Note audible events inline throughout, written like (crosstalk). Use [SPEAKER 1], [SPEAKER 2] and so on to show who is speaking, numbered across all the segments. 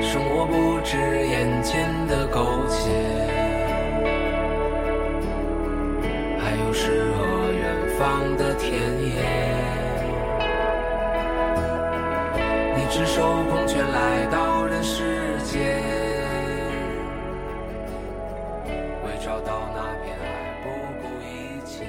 [SPEAKER 1] 生活不止眼前的苟且，还有诗和远方的田野。你赤手空拳来到人世间，为找到那片海不顾一切。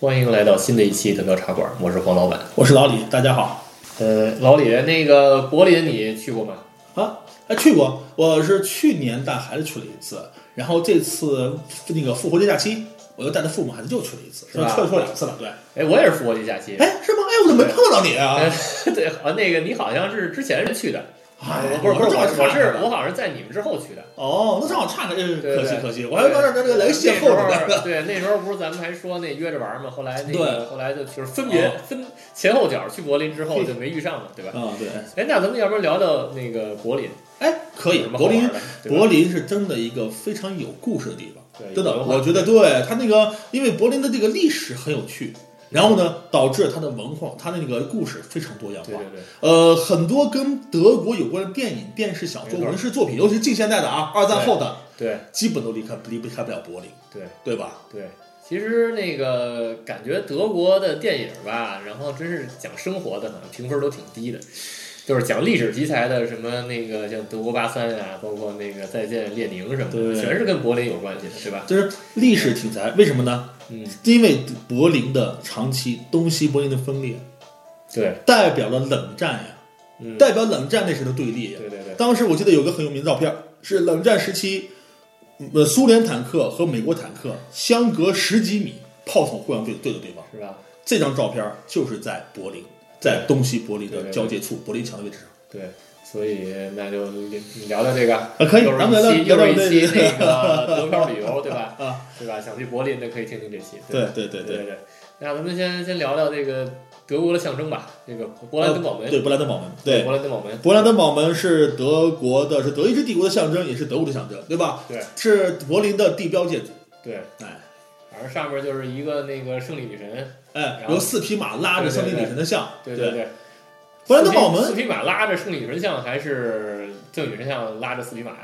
[SPEAKER 2] 欢迎来到新的一期德标茶馆，我是黄老板。
[SPEAKER 3] 我是老李，大家好。
[SPEAKER 2] 呃，老李，那个柏林你去过吗？
[SPEAKER 3] 啊，哎，去过，我是去年带孩子去了一次，然后这次那个复活节假期，我又带着父母孩子又去了一次，
[SPEAKER 2] 是吧
[SPEAKER 3] 去了去了两次了，对。
[SPEAKER 2] 哎，我也是复活节假期。
[SPEAKER 3] 哎，是吗？哎，我怎么没碰到你啊？
[SPEAKER 2] 哎， (laughs) 对，好像那个你好像是之前去的，
[SPEAKER 3] 哎，
[SPEAKER 2] 不是不是，
[SPEAKER 3] 正
[SPEAKER 2] 我
[SPEAKER 3] 好
[SPEAKER 2] 是我
[SPEAKER 3] 差着
[SPEAKER 2] 是
[SPEAKER 3] 呢
[SPEAKER 2] 我好像是在你们之后去的。
[SPEAKER 3] 哦，那正好差着，哎
[SPEAKER 2] 对
[SPEAKER 3] 可惜
[SPEAKER 2] 对
[SPEAKER 3] 可惜，我还有到这儿这这来个邂逅
[SPEAKER 2] 那时
[SPEAKER 3] 呢。
[SPEAKER 2] 候对，那时候不是咱们还说那约着玩嘛，后来那
[SPEAKER 3] 对
[SPEAKER 2] 个后来就就是分别
[SPEAKER 3] 哦
[SPEAKER 2] 分前后脚去柏林之后就没遇上嘛，对吧？ (laughs)
[SPEAKER 3] 啊，对，
[SPEAKER 2] 哎，那咱们要不然聊聊那个柏林？
[SPEAKER 3] 哎，可以
[SPEAKER 2] 有，什么好
[SPEAKER 3] 柏林
[SPEAKER 2] 玩的？对吧
[SPEAKER 3] 柏林是真的一个非常有故事的地方，
[SPEAKER 2] 对
[SPEAKER 3] 真
[SPEAKER 2] 有
[SPEAKER 3] 的，
[SPEAKER 2] 文化
[SPEAKER 3] 我觉得对它那个，因为柏林的这个历史很有趣，然后呢，导致它的文化，它的那个故事非常多样化
[SPEAKER 2] 对。对对，
[SPEAKER 3] 呃，很多跟德国有关的电影、电视、小说、
[SPEAKER 2] 没错
[SPEAKER 3] 文史作品，尤其是近现代的啊，二战后的，
[SPEAKER 2] 对
[SPEAKER 3] 基本都离开离离开不了柏林，
[SPEAKER 2] 对
[SPEAKER 3] 对吧？
[SPEAKER 2] 对。其实那个感觉德国的电影吧，然后真是讲生活的，好像评分都挺低的，就是讲历史题材的，什么那个像德国八三呀、包括那个再见列宁什么
[SPEAKER 3] 对
[SPEAKER 2] 的，全是跟柏林有关系的，对吧？
[SPEAKER 3] 就是历史题材，为什么呢？
[SPEAKER 2] 嗯，
[SPEAKER 3] 因为柏林的长期东西柏林的分裂，
[SPEAKER 2] 对，
[SPEAKER 3] 代表了冷战呀，
[SPEAKER 2] 嗯，对
[SPEAKER 3] 代表冷战那时的对立呀。
[SPEAKER 2] 对对
[SPEAKER 3] 当时我记得有个很有名的照片，是冷战时期，呃，苏联坦克和美国坦克相隔十几米，炮筒互相对对着对方。
[SPEAKER 2] 是吧？
[SPEAKER 3] 这张照片就是在柏林，在东西柏林的交界处，柏林墙的位置上。
[SPEAKER 2] 对，所以那就聊聊这个啊
[SPEAKER 3] 啊可以
[SPEAKER 2] 又是
[SPEAKER 3] 咱们聊
[SPEAKER 2] 一期
[SPEAKER 3] 聊
[SPEAKER 2] 又
[SPEAKER 3] 聊
[SPEAKER 2] 是一期
[SPEAKER 3] 这
[SPEAKER 2] 那
[SPEAKER 3] (laughs)
[SPEAKER 2] 个德漂旅游，对吧？
[SPEAKER 3] 啊，
[SPEAKER 2] 对吧？想去柏林的可以听听这期。
[SPEAKER 3] 对
[SPEAKER 2] 吧
[SPEAKER 3] 对对
[SPEAKER 2] 对对对。那咱们先先聊聊这个德国的象征吧，这个勃兰登堡门。
[SPEAKER 3] 呃对，勃兰登堡门，啊对
[SPEAKER 2] 勃，兰登堡门。
[SPEAKER 3] 勃兰登堡门是德国的，是德意志帝国的象征，也是德国的象征，对吧？
[SPEAKER 2] 对
[SPEAKER 3] 是柏林的地标建筑。
[SPEAKER 2] 对，
[SPEAKER 3] 哎
[SPEAKER 2] 反正上面就是一个那个胜利女神。
[SPEAKER 3] 哎，
[SPEAKER 2] 然后
[SPEAKER 3] 由四匹马拉着胜利女神的像。
[SPEAKER 2] 对
[SPEAKER 3] 对
[SPEAKER 2] 对。
[SPEAKER 3] 勃兰登堡
[SPEAKER 2] 四
[SPEAKER 3] 门，
[SPEAKER 2] 匹马拉着胜利女神像，还是这个女神像拉着四匹马呀？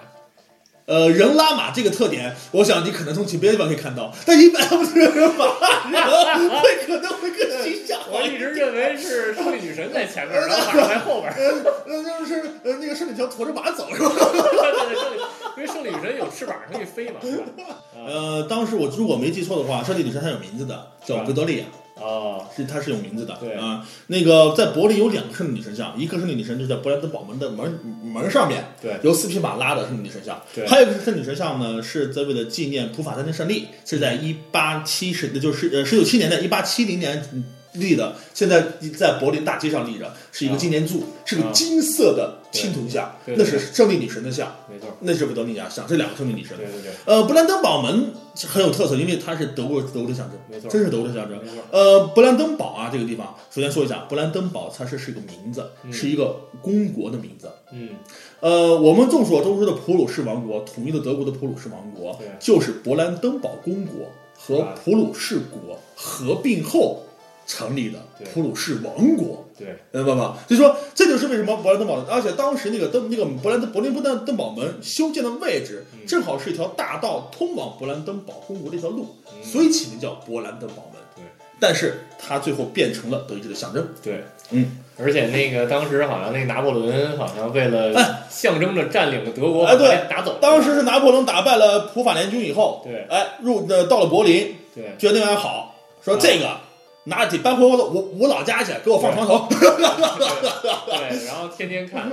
[SPEAKER 3] 呃，人拉马这个特点，我想你可能从其别的地方可以看到，但一般不是人马人会可能会更形象。
[SPEAKER 2] 我一直认为是胜利女神在前面，然后马在后边。
[SPEAKER 3] 呃，就是呃，那个胜利条驮着马走是吧？
[SPEAKER 2] (laughs) 对对对，因为胜利女神有翅膀，它可以飞嘛，是吧？
[SPEAKER 3] 呃，当时我如果没记错的话，胜利女神她有名字的，
[SPEAKER 2] 是
[SPEAKER 3] 叫
[SPEAKER 2] 吧
[SPEAKER 3] 格德利亚。
[SPEAKER 2] 哦，
[SPEAKER 3] 是它是有名字的，
[SPEAKER 2] 对
[SPEAKER 3] 啊、那个在柏林有两个胜利女神像，一个胜利女神就在勃兰登堡门的门门上面，
[SPEAKER 2] 对
[SPEAKER 3] 由四匹马拉的胜利女神像，
[SPEAKER 2] 对
[SPEAKER 3] 还有一个胜利女神像呢是在为了纪念普法战争胜利，是在一八七十，就是呃十九七年代一八七零年立的，现在在柏林大街上立着，是一个纪念柱，是个金色的青铜像，
[SPEAKER 2] 啊对
[SPEAKER 3] 那
[SPEAKER 2] 对对
[SPEAKER 3] 是胜利女神的像，
[SPEAKER 2] 没错，
[SPEAKER 3] 那是维多利亚像，这两个胜利女神。
[SPEAKER 2] 对对对，
[SPEAKER 3] 呃，勃兰登堡门很有特色，因为它是德国德国的象征，
[SPEAKER 2] 没错
[SPEAKER 3] 真是德国的象征。
[SPEAKER 2] 没错，
[SPEAKER 3] 呃，勃兰登堡啊，这个地方，首先说一下，勃兰登堡它是是一个名字，
[SPEAKER 2] 嗯
[SPEAKER 3] 是一个公国的名字。
[SPEAKER 2] 嗯，
[SPEAKER 3] 呃，我们众所周知的普鲁士王国，统一的德国的普鲁士王国
[SPEAKER 2] 对，
[SPEAKER 3] 就是勃兰登堡公国
[SPEAKER 2] 是
[SPEAKER 3] 和
[SPEAKER 2] 吧
[SPEAKER 3] 普鲁士国合并后成立的
[SPEAKER 2] 对
[SPEAKER 3] 普鲁士王国。
[SPEAKER 2] 对，
[SPEAKER 3] 明白吗？呃所以说，这就是为什么勃兰登堡，而且当时那个登那个勃兰登柏林登登堡门修建的位置
[SPEAKER 2] 嗯，
[SPEAKER 3] 正好是一条大道通往勃兰登堡公国的一条路，
[SPEAKER 2] 嗯
[SPEAKER 3] 所以起名叫勃兰登堡门。
[SPEAKER 2] 对，
[SPEAKER 3] 但是它最后变成了德意志的象征。
[SPEAKER 2] 对，
[SPEAKER 3] 嗯，
[SPEAKER 2] 而且那个当时好像那个拿破仑好像为了象征着占领了德国，
[SPEAKER 3] 哎对
[SPEAKER 2] 把它打走了，
[SPEAKER 3] 当时是拿破仑打败了普法联军以后，
[SPEAKER 2] 对
[SPEAKER 3] 哎，入呃到了柏林，
[SPEAKER 2] 对 (laughs)
[SPEAKER 3] 觉得那玩意儿好，说
[SPEAKER 2] 啊
[SPEAKER 3] 这个拿得搬回我老我我老家去，给我放床头，
[SPEAKER 2] 对，然后天
[SPEAKER 3] (laughs)
[SPEAKER 2] 天看，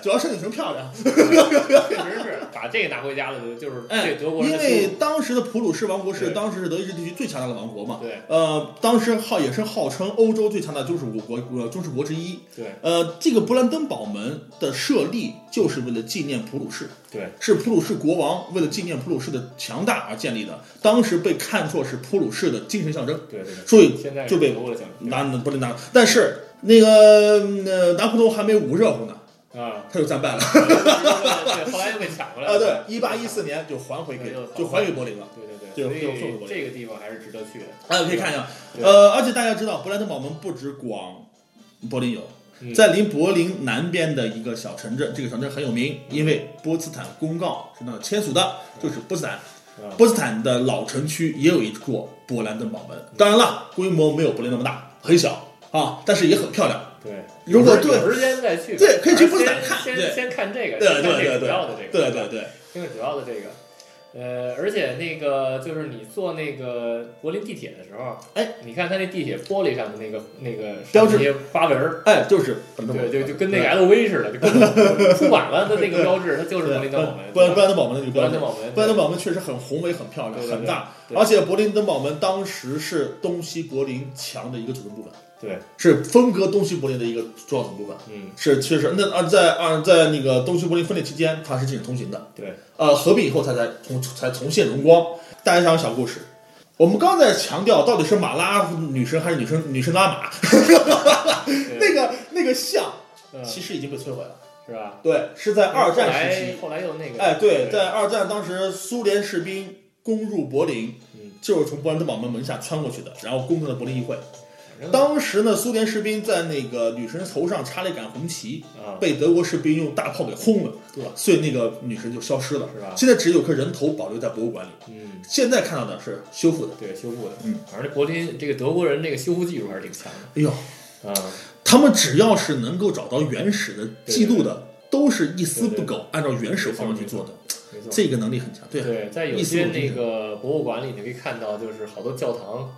[SPEAKER 3] 主要是女生漂亮。
[SPEAKER 2] 确实是把这个拿回家了，就是
[SPEAKER 3] 哎
[SPEAKER 2] 对，德国人
[SPEAKER 3] 因
[SPEAKER 2] 的
[SPEAKER 3] 为
[SPEAKER 2] 羞辱
[SPEAKER 3] 当时的普鲁士王国是
[SPEAKER 2] 对
[SPEAKER 3] 当时是德意志地区最强大的王国嘛，
[SPEAKER 2] 对
[SPEAKER 3] 呃，当时号也是号称欧洲最强大的军事国国军事国之一。
[SPEAKER 2] 对
[SPEAKER 3] 呃，这个勃兰登堡门的设立就是为了纪念普鲁士，
[SPEAKER 2] 对
[SPEAKER 3] 是普鲁士国王为了纪念普鲁士的强大而建立的，当时被看作是普鲁士的精神象征，
[SPEAKER 2] 对对，
[SPEAKER 3] 所以
[SPEAKER 2] 现在
[SPEAKER 3] 就被
[SPEAKER 2] 德国的奖
[SPEAKER 3] 拿不能拿。但是那个呃拿破仑还没捂热乎呢，
[SPEAKER 2] 啊，
[SPEAKER 3] 他就战败了。
[SPEAKER 2] 对，后来又被抢回来
[SPEAKER 3] 啊，
[SPEAKER 2] 了，
[SPEAKER 3] 对，一八一四年就还回给
[SPEAKER 2] 对
[SPEAKER 3] 就还给柏林了。
[SPEAKER 2] 对对
[SPEAKER 3] 对
[SPEAKER 2] 对，
[SPEAKER 3] 就送
[SPEAKER 2] 所
[SPEAKER 3] 过
[SPEAKER 2] 以
[SPEAKER 3] 来
[SPEAKER 2] 这个地方还是值得去的，
[SPEAKER 3] 大家可以看一下，
[SPEAKER 2] 对
[SPEAKER 3] 呃，而且大家知道，勃兰登堡门不止广柏林有，
[SPEAKER 2] 嗯
[SPEAKER 3] 在离柏林南边的一个小城镇，这个小镇很有名，
[SPEAKER 2] 嗯
[SPEAKER 3] 因为波茨坦公告是那签署的，就是波茨坦。
[SPEAKER 2] 啊
[SPEAKER 3] 波茨坦的老城区也有一座勃兰登堡门，当然了，规模没有柏林那么大，很小啊，但是也很漂亮。
[SPEAKER 2] 对，
[SPEAKER 3] 如果
[SPEAKER 2] 有时
[SPEAKER 3] 对
[SPEAKER 2] 有时间再去吧，啊
[SPEAKER 3] 对可以去布
[SPEAKER 2] 先
[SPEAKER 3] 斯坦看
[SPEAKER 2] 先
[SPEAKER 3] 对
[SPEAKER 2] 先看这个，
[SPEAKER 3] 对
[SPEAKER 2] 先看
[SPEAKER 3] 对
[SPEAKER 2] 这
[SPEAKER 3] 对
[SPEAKER 2] 个主
[SPEAKER 3] 对
[SPEAKER 2] 要的这个，
[SPEAKER 3] 对对对，
[SPEAKER 2] 先看主要的这个。呃，而且那个就是你坐那个柏林地铁的时候，
[SPEAKER 3] 哎，
[SPEAKER 2] 你看它那地铁玻璃上的那个那个
[SPEAKER 3] 标志
[SPEAKER 2] 上面那些花纹儿，
[SPEAKER 3] 哎，就是勃兰登堡
[SPEAKER 2] 对，
[SPEAKER 3] 门，
[SPEAKER 2] 就就跟那个 LV 似的，就跟那个 (laughs) 出版了的那个标志，它就是
[SPEAKER 3] 对
[SPEAKER 2] 柏林登堡门，
[SPEAKER 3] 勃兰勃兰登堡门那个
[SPEAKER 2] 勃
[SPEAKER 3] 标
[SPEAKER 2] 兰
[SPEAKER 3] 志
[SPEAKER 2] 登。堡门，
[SPEAKER 3] 勃兰登堡门确实很宏伟、很漂亮、
[SPEAKER 2] 对对对
[SPEAKER 3] 很大，
[SPEAKER 2] 对
[SPEAKER 3] 而且柏林登堡门当时是东西柏林墙的一个组成部分，
[SPEAKER 2] 对，
[SPEAKER 3] 是分割东西柏林的一个重要组成部分。
[SPEAKER 2] 嗯，
[SPEAKER 3] 是，确实，那啊，在啊，在那个东西柏林分裂期间，它是禁止通行的。
[SPEAKER 2] 对，
[SPEAKER 3] 呃，合并以后才才重才重现荣光。大家想想小故事，我们刚才强调到底是马拉女神还是女生女生拉马， (laughs) 那
[SPEAKER 2] 对
[SPEAKER 3] 个那个像
[SPEAKER 2] 嗯
[SPEAKER 3] 其实已经被摧毁了。
[SPEAKER 2] 是吧？
[SPEAKER 3] 对，是在二战时期，
[SPEAKER 2] 后来后来又那个，
[SPEAKER 3] 哎，对，在二战当时，苏联士兵攻入柏林
[SPEAKER 2] 嗯，
[SPEAKER 3] 就是从勃兰登堡门门下穿过去的，然后攻克了柏林议会。
[SPEAKER 2] 反正
[SPEAKER 3] 当时呢，苏联士兵在那个女神头上插了一杆红旗，
[SPEAKER 2] 啊，
[SPEAKER 3] 被德国士兵用大炮给轰了，
[SPEAKER 2] 对吧
[SPEAKER 3] 所以那个女神就消失了，
[SPEAKER 2] 是吧
[SPEAKER 3] 现在只有颗人头保留在博物馆里，
[SPEAKER 2] 嗯，
[SPEAKER 3] 现在看到的是修复的。
[SPEAKER 2] 对，修复的，
[SPEAKER 3] 嗯，
[SPEAKER 2] 反正这柏林这个德国人这个修复技术还是挺强的
[SPEAKER 3] 哎呦，
[SPEAKER 2] 啊，
[SPEAKER 3] 他们只要是能够找到原始的记录的，都是一丝不
[SPEAKER 2] 对
[SPEAKER 3] 苟按照原始方式去做的，
[SPEAKER 2] 没错。
[SPEAKER 3] 这个能力很强。对，
[SPEAKER 2] 对，在有
[SPEAKER 3] 意思
[SPEAKER 2] 些
[SPEAKER 3] 我真
[SPEAKER 2] 那
[SPEAKER 3] 是
[SPEAKER 2] 个博物馆里，你可以看到，就是好多教堂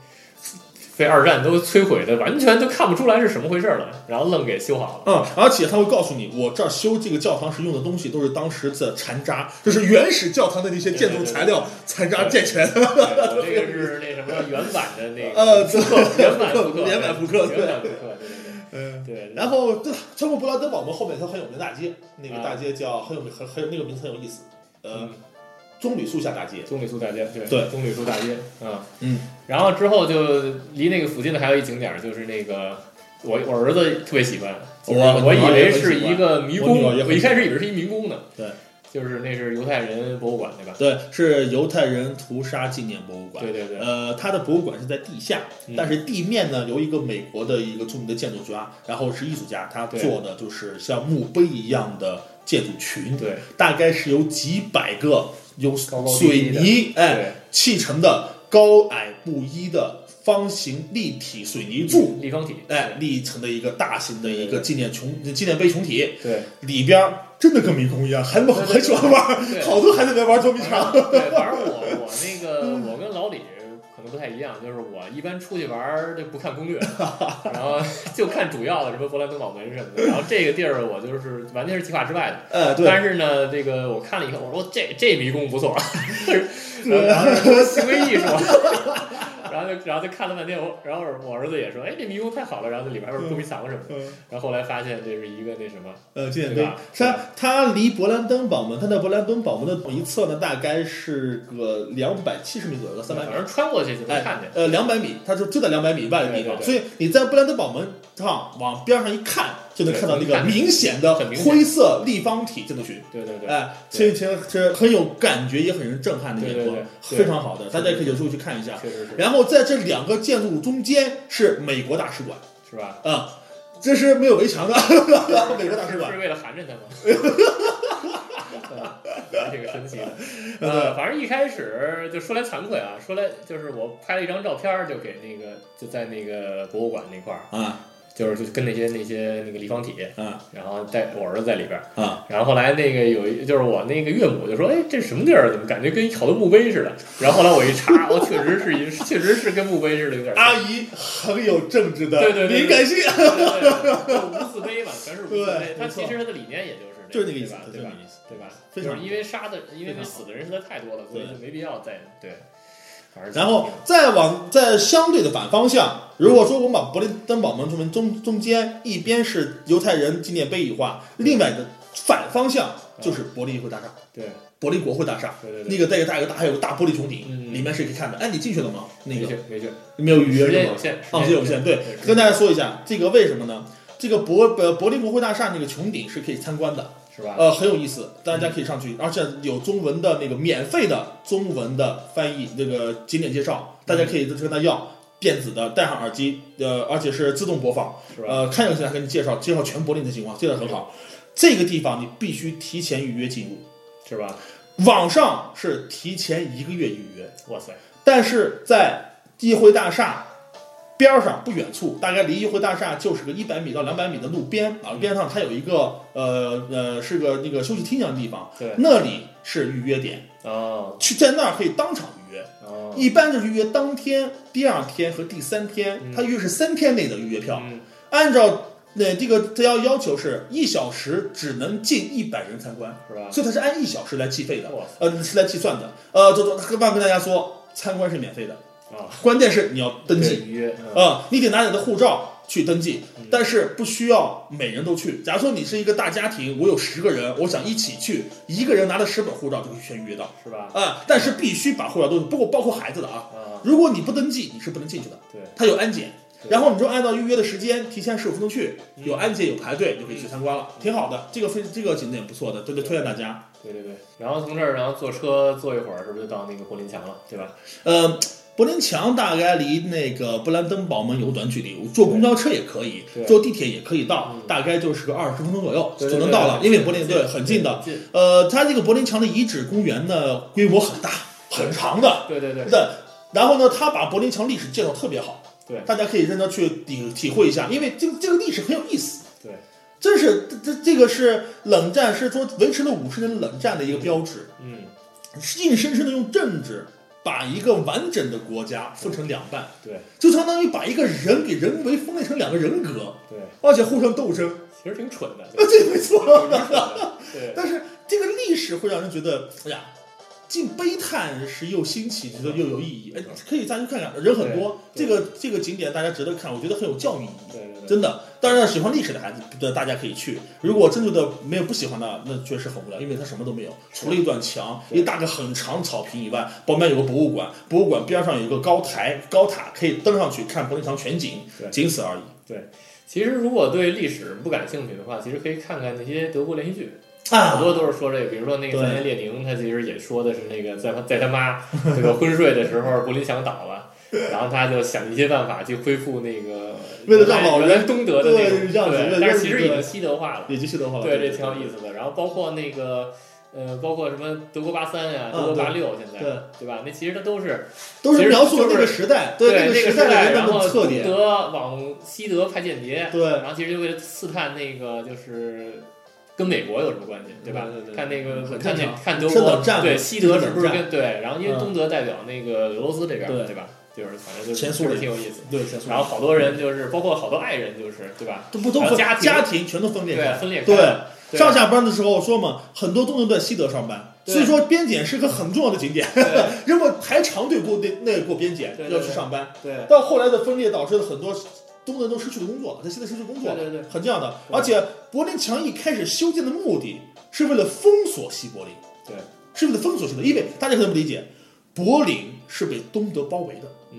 [SPEAKER 2] 被二战都摧毁的，完全都看不出来是什么回事儿了，然后愣给
[SPEAKER 3] (laughs)
[SPEAKER 2] 修好了。
[SPEAKER 3] 嗯，而且他会告诉你，我这儿修这个教堂时用的东西都是当时的残渣，就是原始教堂的那些建筑材料残渣建成的。
[SPEAKER 2] 对我这个是那什么原版的那
[SPEAKER 3] (laughs)
[SPEAKER 2] 个
[SPEAKER 3] 呃
[SPEAKER 2] 复
[SPEAKER 3] (laughs)
[SPEAKER 2] 刻，原版复刻，
[SPEAKER 3] 原版复刻对
[SPEAKER 2] 原版复刻，对对
[SPEAKER 3] 嗯，
[SPEAKER 2] 对对。
[SPEAKER 3] 然后对，穿过勃兰登堡门后面有条很有名的大街，那个
[SPEAKER 2] 啊
[SPEAKER 3] 大街叫很有名，很很有那个名字很有意思，呃，
[SPEAKER 2] 嗯，
[SPEAKER 3] 棕榈树下大街。
[SPEAKER 2] 棕榈树大街，对
[SPEAKER 3] 对
[SPEAKER 2] 棕榈树大街，嗯
[SPEAKER 3] 嗯，
[SPEAKER 2] 然后之后就离那个附近的还有一景点儿，就是那个我我儿子特别喜欢，就是
[SPEAKER 3] 我
[SPEAKER 2] 我以
[SPEAKER 3] 我
[SPEAKER 2] 为
[SPEAKER 3] 也很喜
[SPEAKER 2] 是
[SPEAKER 3] 欢
[SPEAKER 2] 一个迷
[SPEAKER 3] 我女儿也
[SPEAKER 2] 宫，
[SPEAKER 3] 很
[SPEAKER 2] 我一
[SPEAKER 3] 喜欢
[SPEAKER 2] 开始以为是一迷宫呢。
[SPEAKER 3] 对，
[SPEAKER 2] 就是那是犹太人博物馆对吧？
[SPEAKER 3] 对，是犹太人屠杀纪念博物馆。
[SPEAKER 2] 对对对，
[SPEAKER 3] 呃，它的博物馆是在地下，
[SPEAKER 2] 嗯
[SPEAKER 3] 但是地面呢由一个美国的一个著名的建筑家，然后是艺术家，他
[SPEAKER 2] 对
[SPEAKER 3] 做的就是像墓碑一样的建筑群，
[SPEAKER 2] 对
[SPEAKER 3] 大概是由几百个由
[SPEAKER 2] 高高低
[SPEAKER 3] 水
[SPEAKER 2] 低的
[SPEAKER 3] 泥
[SPEAKER 2] 对
[SPEAKER 3] 哎砌成的高矮不一的方形立体水泥柱。
[SPEAKER 2] 立方体，
[SPEAKER 3] 哎，立成的一个大型的一
[SPEAKER 2] 嗯对对
[SPEAKER 3] 个
[SPEAKER 2] 对
[SPEAKER 3] 纪念穹纪念碑穹体， (laughs)
[SPEAKER 2] 对，
[SPEAKER 3] 里边儿真的跟迷宫一样，孩子们
[SPEAKER 2] 对对
[SPEAKER 3] 很喜 (laughs) 欢玩儿
[SPEAKER 2] 对，
[SPEAKER 3] 好多孩子在玩捉迷藏。
[SPEAKER 2] 对，反正我我那个我跟老李可能不太一样，就是我一般出去玩儿就不看
[SPEAKER 3] (laughs)
[SPEAKER 2] 攻略，然后就看主要的什么勃兰登堡门什么的。然后这个地儿我就是完全是计划之外的。
[SPEAKER 3] 哎，对，
[SPEAKER 2] 但是呢，这个我看了以后，我说这这迷宫不
[SPEAKER 3] (laughs)
[SPEAKER 2] 错，
[SPEAKER 3] 呃
[SPEAKER 2] 然后说行为艺术， (laughs) 然后就然后就看了半天，我然后我儿子也说，哎，这迷宫太好了，然后这里边还有捉迷藏什么的，
[SPEAKER 3] 嗯。
[SPEAKER 2] 然后后来发现这是一个那什么，
[SPEAKER 3] 呃，纪念
[SPEAKER 2] 对
[SPEAKER 3] 碑
[SPEAKER 2] 吧，
[SPEAKER 3] 它它离勃兰登堡门，它在勃兰登堡门的一侧呢，大概是个两百七十米左右，到三百
[SPEAKER 2] 反
[SPEAKER 3] 米，
[SPEAKER 2] 正穿过去就能看见，
[SPEAKER 3] 呃，两百米，它就就在两百米以外的地方，
[SPEAKER 2] 对对对
[SPEAKER 3] 所以你在勃兰登堡门上往边上一看，就能看到那
[SPEAKER 2] 对
[SPEAKER 3] 个
[SPEAKER 2] 能看见
[SPEAKER 3] 明显的
[SPEAKER 2] 很明显
[SPEAKER 3] 灰色立方体建筑群。
[SPEAKER 2] 对对对，
[SPEAKER 3] 哎，所
[SPEAKER 2] 对
[SPEAKER 3] 以其实其实很有感觉，也很人震撼的
[SPEAKER 2] 对
[SPEAKER 3] 眼
[SPEAKER 2] 对
[SPEAKER 3] 光，
[SPEAKER 2] 对对
[SPEAKER 3] 非常好的，大家可以有时候去看一下。
[SPEAKER 2] 确实是
[SPEAKER 3] 然后在这两个建筑中间是美国大使馆
[SPEAKER 2] 是吧？
[SPEAKER 3] 啊、这是没有围墙的美国大使
[SPEAKER 2] 是
[SPEAKER 3] 馆。
[SPEAKER 2] 是为了寒碜
[SPEAKER 3] (laughs)
[SPEAKER 2] 他吗？嗯这个神奇的，
[SPEAKER 3] 对
[SPEAKER 2] 呃，反正一开始就说来惭愧啊，说来就是我拍了一张照片儿，就给那个就在那个博物馆那块儿，
[SPEAKER 3] 啊，
[SPEAKER 2] 就是就跟那些那些那个立方体，
[SPEAKER 3] 啊
[SPEAKER 2] 然后在我儿子在里边儿，
[SPEAKER 3] 啊，
[SPEAKER 2] 然后后来那个有一就是我那个岳母就说，哎，这什么地儿？怎么感觉跟好多墓碑似的？然后后来我一查，我确实是一 (laughs) 确实是跟墓碑似的，有点像。
[SPEAKER 3] 阿姨很有政治的
[SPEAKER 2] 对对对对
[SPEAKER 3] 敏感性，
[SPEAKER 2] 对对对就无字碑嘛，全是无字
[SPEAKER 3] 对
[SPEAKER 2] 碑。他
[SPEAKER 3] 没错
[SPEAKER 2] 其实他的理念也就是
[SPEAKER 3] 就是那
[SPEAKER 2] 那
[SPEAKER 3] 个意思
[SPEAKER 2] 吧，，
[SPEAKER 3] 就
[SPEAKER 2] 对
[SPEAKER 3] 是那
[SPEAKER 2] 吧
[SPEAKER 3] 个？意思。
[SPEAKER 2] 对吧？
[SPEAKER 3] 非
[SPEAKER 2] 就
[SPEAKER 3] 常
[SPEAKER 2] 是因为杀的，因为
[SPEAKER 3] 非常
[SPEAKER 2] 你
[SPEAKER 3] 好
[SPEAKER 2] 死的人实在太多了，所以
[SPEAKER 3] 对
[SPEAKER 2] 就没必要再对。反正
[SPEAKER 3] 然后再往在相对的反方向，如果说我们把柏林登堡门从中中间一边是犹太人纪念碑一化，另外的反方向就是柏林议会大厦、
[SPEAKER 2] 对
[SPEAKER 3] 柏林国会大厦，
[SPEAKER 2] 啊对对
[SPEAKER 3] 那
[SPEAKER 2] 对，
[SPEAKER 3] 个带个大有个大还有个大玻璃穹顶，
[SPEAKER 2] 嗯
[SPEAKER 3] 里面是可以看的。哎，你进去了吗？那
[SPEAKER 2] 没
[SPEAKER 3] 个
[SPEAKER 2] 事没事，
[SPEAKER 3] 没有预约
[SPEAKER 2] 时间
[SPEAKER 3] 是
[SPEAKER 2] 有
[SPEAKER 3] 吗？
[SPEAKER 2] 限，
[SPEAKER 3] 啊，时间有限，对，
[SPEAKER 2] 对
[SPEAKER 3] 跟大家说一下这个为什么呢？这个柏呃柏林国会大厦那个穹顶是可以参观的，
[SPEAKER 2] 是吧？
[SPEAKER 3] 呃，很有意思，大家可以上去，而且有中文的那个免费的中文的翻译那个景点介绍，大家可以跟他要电子的，戴上耳机，呃，而且是自动播放，
[SPEAKER 2] 是吧？
[SPEAKER 3] 呃，看有谁还给你介绍介绍全柏林的情况，介绍得很好。这个地方你必须提前预约进入，
[SPEAKER 2] 是吧？
[SPEAKER 3] 网上是提前一个月预约，
[SPEAKER 2] 哇塞，
[SPEAKER 3] 但是在议会大厦边儿上不远处，大概离议会大厦就是个一百米到两百米的路边，
[SPEAKER 2] 嗯
[SPEAKER 3] 啊，边上它有一个呃呃是个那个休息厅一样的地方，
[SPEAKER 2] 对，
[SPEAKER 3] 那里是预约点，
[SPEAKER 2] 哦
[SPEAKER 3] 去在那儿可以当场预约，
[SPEAKER 2] 哦，
[SPEAKER 3] 一般就是预约当天、第二天和第三天，
[SPEAKER 2] 嗯
[SPEAKER 3] 它约是三天内的预约票，
[SPEAKER 2] 嗯
[SPEAKER 3] 按照。那这个它要要求是一小时只能进一百人参观，
[SPEAKER 2] 是吧？
[SPEAKER 3] 所以它是按一小时来计费的
[SPEAKER 2] 哇塞，
[SPEAKER 3] 呃，是来计算的。呃，这这这，跟大家说，参观是免费的，
[SPEAKER 2] 啊，
[SPEAKER 3] 关键是你要登
[SPEAKER 2] 对
[SPEAKER 3] 记
[SPEAKER 2] 预约，
[SPEAKER 3] 啊、
[SPEAKER 2] 嗯
[SPEAKER 3] 你得拿你的护照去登记
[SPEAKER 2] 嗯，
[SPEAKER 3] 但是不需要每人都去。假如说你是一个大家庭，我有十个人，我想一起去，一个人拿了十本护照就可以全预约到啊、
[SPEAKER 2] 是吧？
[SPEAKER 3] 但是必须把护照都包括包括孩子的啊，
[SPEAKER 2] 啊，
[SPEAKER 3] 如果你不登记，你是不能进去的，
[SPEAKER 2] 对，
[SPEAKER 3] 它有安检。
[SPEAKER 2] 对
[SPEAKER 3] 然后你就按照预约的时间，提前十五分钟去，
[SPEAKER 2] 嗯
[SPEAKER 3] 有安检有排队，你就可以去参观了，挺好的。这个非这个景点也不错的，真的推荐大家。
[SPEAKER 2] 对对对。然后从这儿，然后坐车坐一会儿，是不是就到那个柏林墙了，对吧？
[SPEAKER 3] 呃，柏林墙大概离那个布兰登堡门有短距离，坐公交车也可以
[SPEAKER 2] 对，
[SPEAKER 3] 坐地铁也可以到
[SPEAKER 2] 嗯，
[SPEAKER 3] 大概就是个二十分钟左右
[SPEAKER 2] 对
[SPEAKER 3] 就能到了，因为柏林对
[SPEAKER 2] 对
[SPEAKER 3] 很近的。，
[SPEAKER 2] 近，
[SPEAKER 3] 呃，它这个柏林墙的遗址公园呢，规模很大，很长的。
[SPEAKER 2] 对对对，
[SPEAKER 3] 那然后呢，他把柏林墙历史介绍特别好，
[SPEAKER 2] 对
[SPEAKER 3] 大家可以认真去体体会一下，因为这个这个历史很有意思。
[SPEAKER 2] 对，
[SPEAKER 3] 真是这这这个是冷战，是说维持了五十年的冷战的一个标志。
[SPEAKER 2] 嗯，
[SPEAKER 3] 硬生生的用政治把一个完整的国家分成两半，
[SPEAKER 2] 对
[SPEAKER 3] 就相当于把一个人给人为分裂成两个人格，
[SPEAKER 2] 对，
[SPEAKER 3] 而且互相斗争，
[SPEAKER 2] 其实挺蠢的，
[SPEAKER 3] 啊，(laughs)
[SPEAKER 2] 对
[SPEAKER 3] 这没错。
[SPEAKER 2] 挺蠢的，
[SPEAKER 3] (laughs)
[SPEAKER 2] 对
[SPEAKER 3] 但是这个历史会让人觉得，哎呀，既悲叹是又新奇，觉得又有意义。哎，可以再去看看，人很多，这
[SPEAKER 2] 对
[SPEAKER 3] 个这个景点大家值得看，我觉得很有教育意义。
[SPEAKER 2] 对对对，
[SPEAKER 3] 真的，当然喜欢历史的孩子的大家可以去。如果真的的没有不喜欢的，那确实很无聊，因为它什么都没有，除了一段墙、
[SPEAKER 2] 对
[SPEAKER 3] 一大个很长的草坪以外，旁边有个博物馆，博物馆边上有一个高台、高塔，可以登上去看柏林墙全景，
[SPEAKER 2] 对
[SPEAKER 3] 仅此而已。
[SPEAKER 2] 其实如果对历史不感兴趣的话，其实可以看看那些德国连
[SPEAKER 3] (laughs)
[SPEAKER 2] 续剧，好
[SPEAKER 3] 啊，
[SPEAKER 2] 多都是说这个，比如说那个
[SPEAKER 3] 对
[SPEAKER 2] 三年列宁，他其实也说的是那个在他在他妈这个昏睡的时候，柏林墙倒
[SPEAKER 3] (laughs)
[SPEAKER 2] 了，然后他就想一些办法去恢复那个
[SPEAKER 3] 为了让老人
[SPEAKER 2] 原来东德的那
[SPEAKER 3] 对
[SPEAKER 2] 种
[SPEAKER 3] 这样子为了
[SPEAKER 2] 对，但
[SPEAKER 3] 让
[SPEAKER 2] 是其实
[SPEAKER 3] 这
[SPEAKER 2] 已
[SPEAKER 3] 个
[SPEAKER 2] 经西德化了，
[SPEAKER 3] 也就是的话了，
[SPEAKER 2] 对，这挺有意思的。然后包括那个。呃，包括什么德国八三呀、
[SPEAKER 3] 嗯
[SPEAKER 2] 德国八六，现在
[SPEAKER 3] 对
[SPEAKER 2] 对吧？那其实它都是
[SPEAKER 3] 都是
[SPEAKER 2] 其实
[SPEAKER 3] 描述了那个
[SPEAKER 2] 就
[SPEAKER 3] 时代，那
[SPEAKER 2] 那
[SPEAKER 3] 个
[SPEAKER 2] 个
[SPEAKER 3] 时
[SPEAKER 2] 时
[SPEAKER 3] 代
[SPEAKER 2] 代，
[SPEAKER 3] 的
[SPEAKER 2] 然
[SPEAKER 3] 人们
[SPEAKER 2] 后
[SPEAKER 3] 的特
[SPEAKER 2] 东
[SPEAKER 3] 点，
[SPEAKER 2] 德往西德派间谍，
[SPEAKER 3] 对，
[SPEAKER 2] 然后其实就为了刺探那个就是跟美国有什么关系，对吧？
[SPEAKER 3] 对对对
[SPEAKER 2] 看那个
[SPEAKER 3] 很正
[SPEAKER 2] 看那
[SPEAKER 3] 常
[SPEAKER 2] 看德
[SPEAKER 3] 深冷
[SPEAKER 2] 国
[SPEAKER 3] 战嘛
[SPEAKER 2] 对西德是不是
[SPEAKER 3] 深
[SPEAKER 2] 跟对？然后因为
[SPEAKER 3] 嗯
[SPEAKER 2] 东德代表那个俄罗斯这边
[SPEAKER 3] 对
[SPEAKER 2] 对吧？就是反正就是
[SPEAKER 3] 前苏联
[SPEAKER 2] 确实挺有意思。
[SPEAKER 3] 对，前苏
[SPEAKER 2] 然后好多人就是包括好多爱人就是对吧？
[SPEAKER 3] 都不都
[SPEAKER 2] 然后
[SPEAKER 3] 家家
[SPEAKER 2] 家庭
[SPEAKER 3] 庭全都分裂开
[SPEAKER 2] 对啊
[SPEAKER 3] 来，
[SPEAKER 2] 分裂开
[SPEAKER 3] 对。
[SPEAKER 2] 对啊
[SPEAKER 3] 上下班的时候说嘛，很多都能在西德上班，
[SPEAKER 2] 对
[SPEAKER 3] 所以说边检是个很重要的景点。 (laughs)
[SPEAKER 2] 对
[SPEAKER 3] 如果排长队过那那过边检
[SPEAKER 2] 对对
[SPEAKER 3] 要
[SPEAKER 2] 对
[SPEAKER 3] 去上班，
[SPEAKER 2] 对
[SPEAKER 3] 到后来的分裂导致了很多东德都失去了工作，在西德失去工作
[SPEAKER 2] 对
[SPEAKER 3] 了，
[SPEAKER 2] 对对
[SPEAKER 3] 很这样的。
[SPEAKER 2] 对
[SPEAKER 3] 而且柏林墙一开始修建的目的是为了封锁西柏林，
[SPEAKER 2] 对，
[SPEAKER 3] 是为了封锁西德，因为大家可能不理解，柏林是被东德包围的。
[SPEAKER 2] 嗯，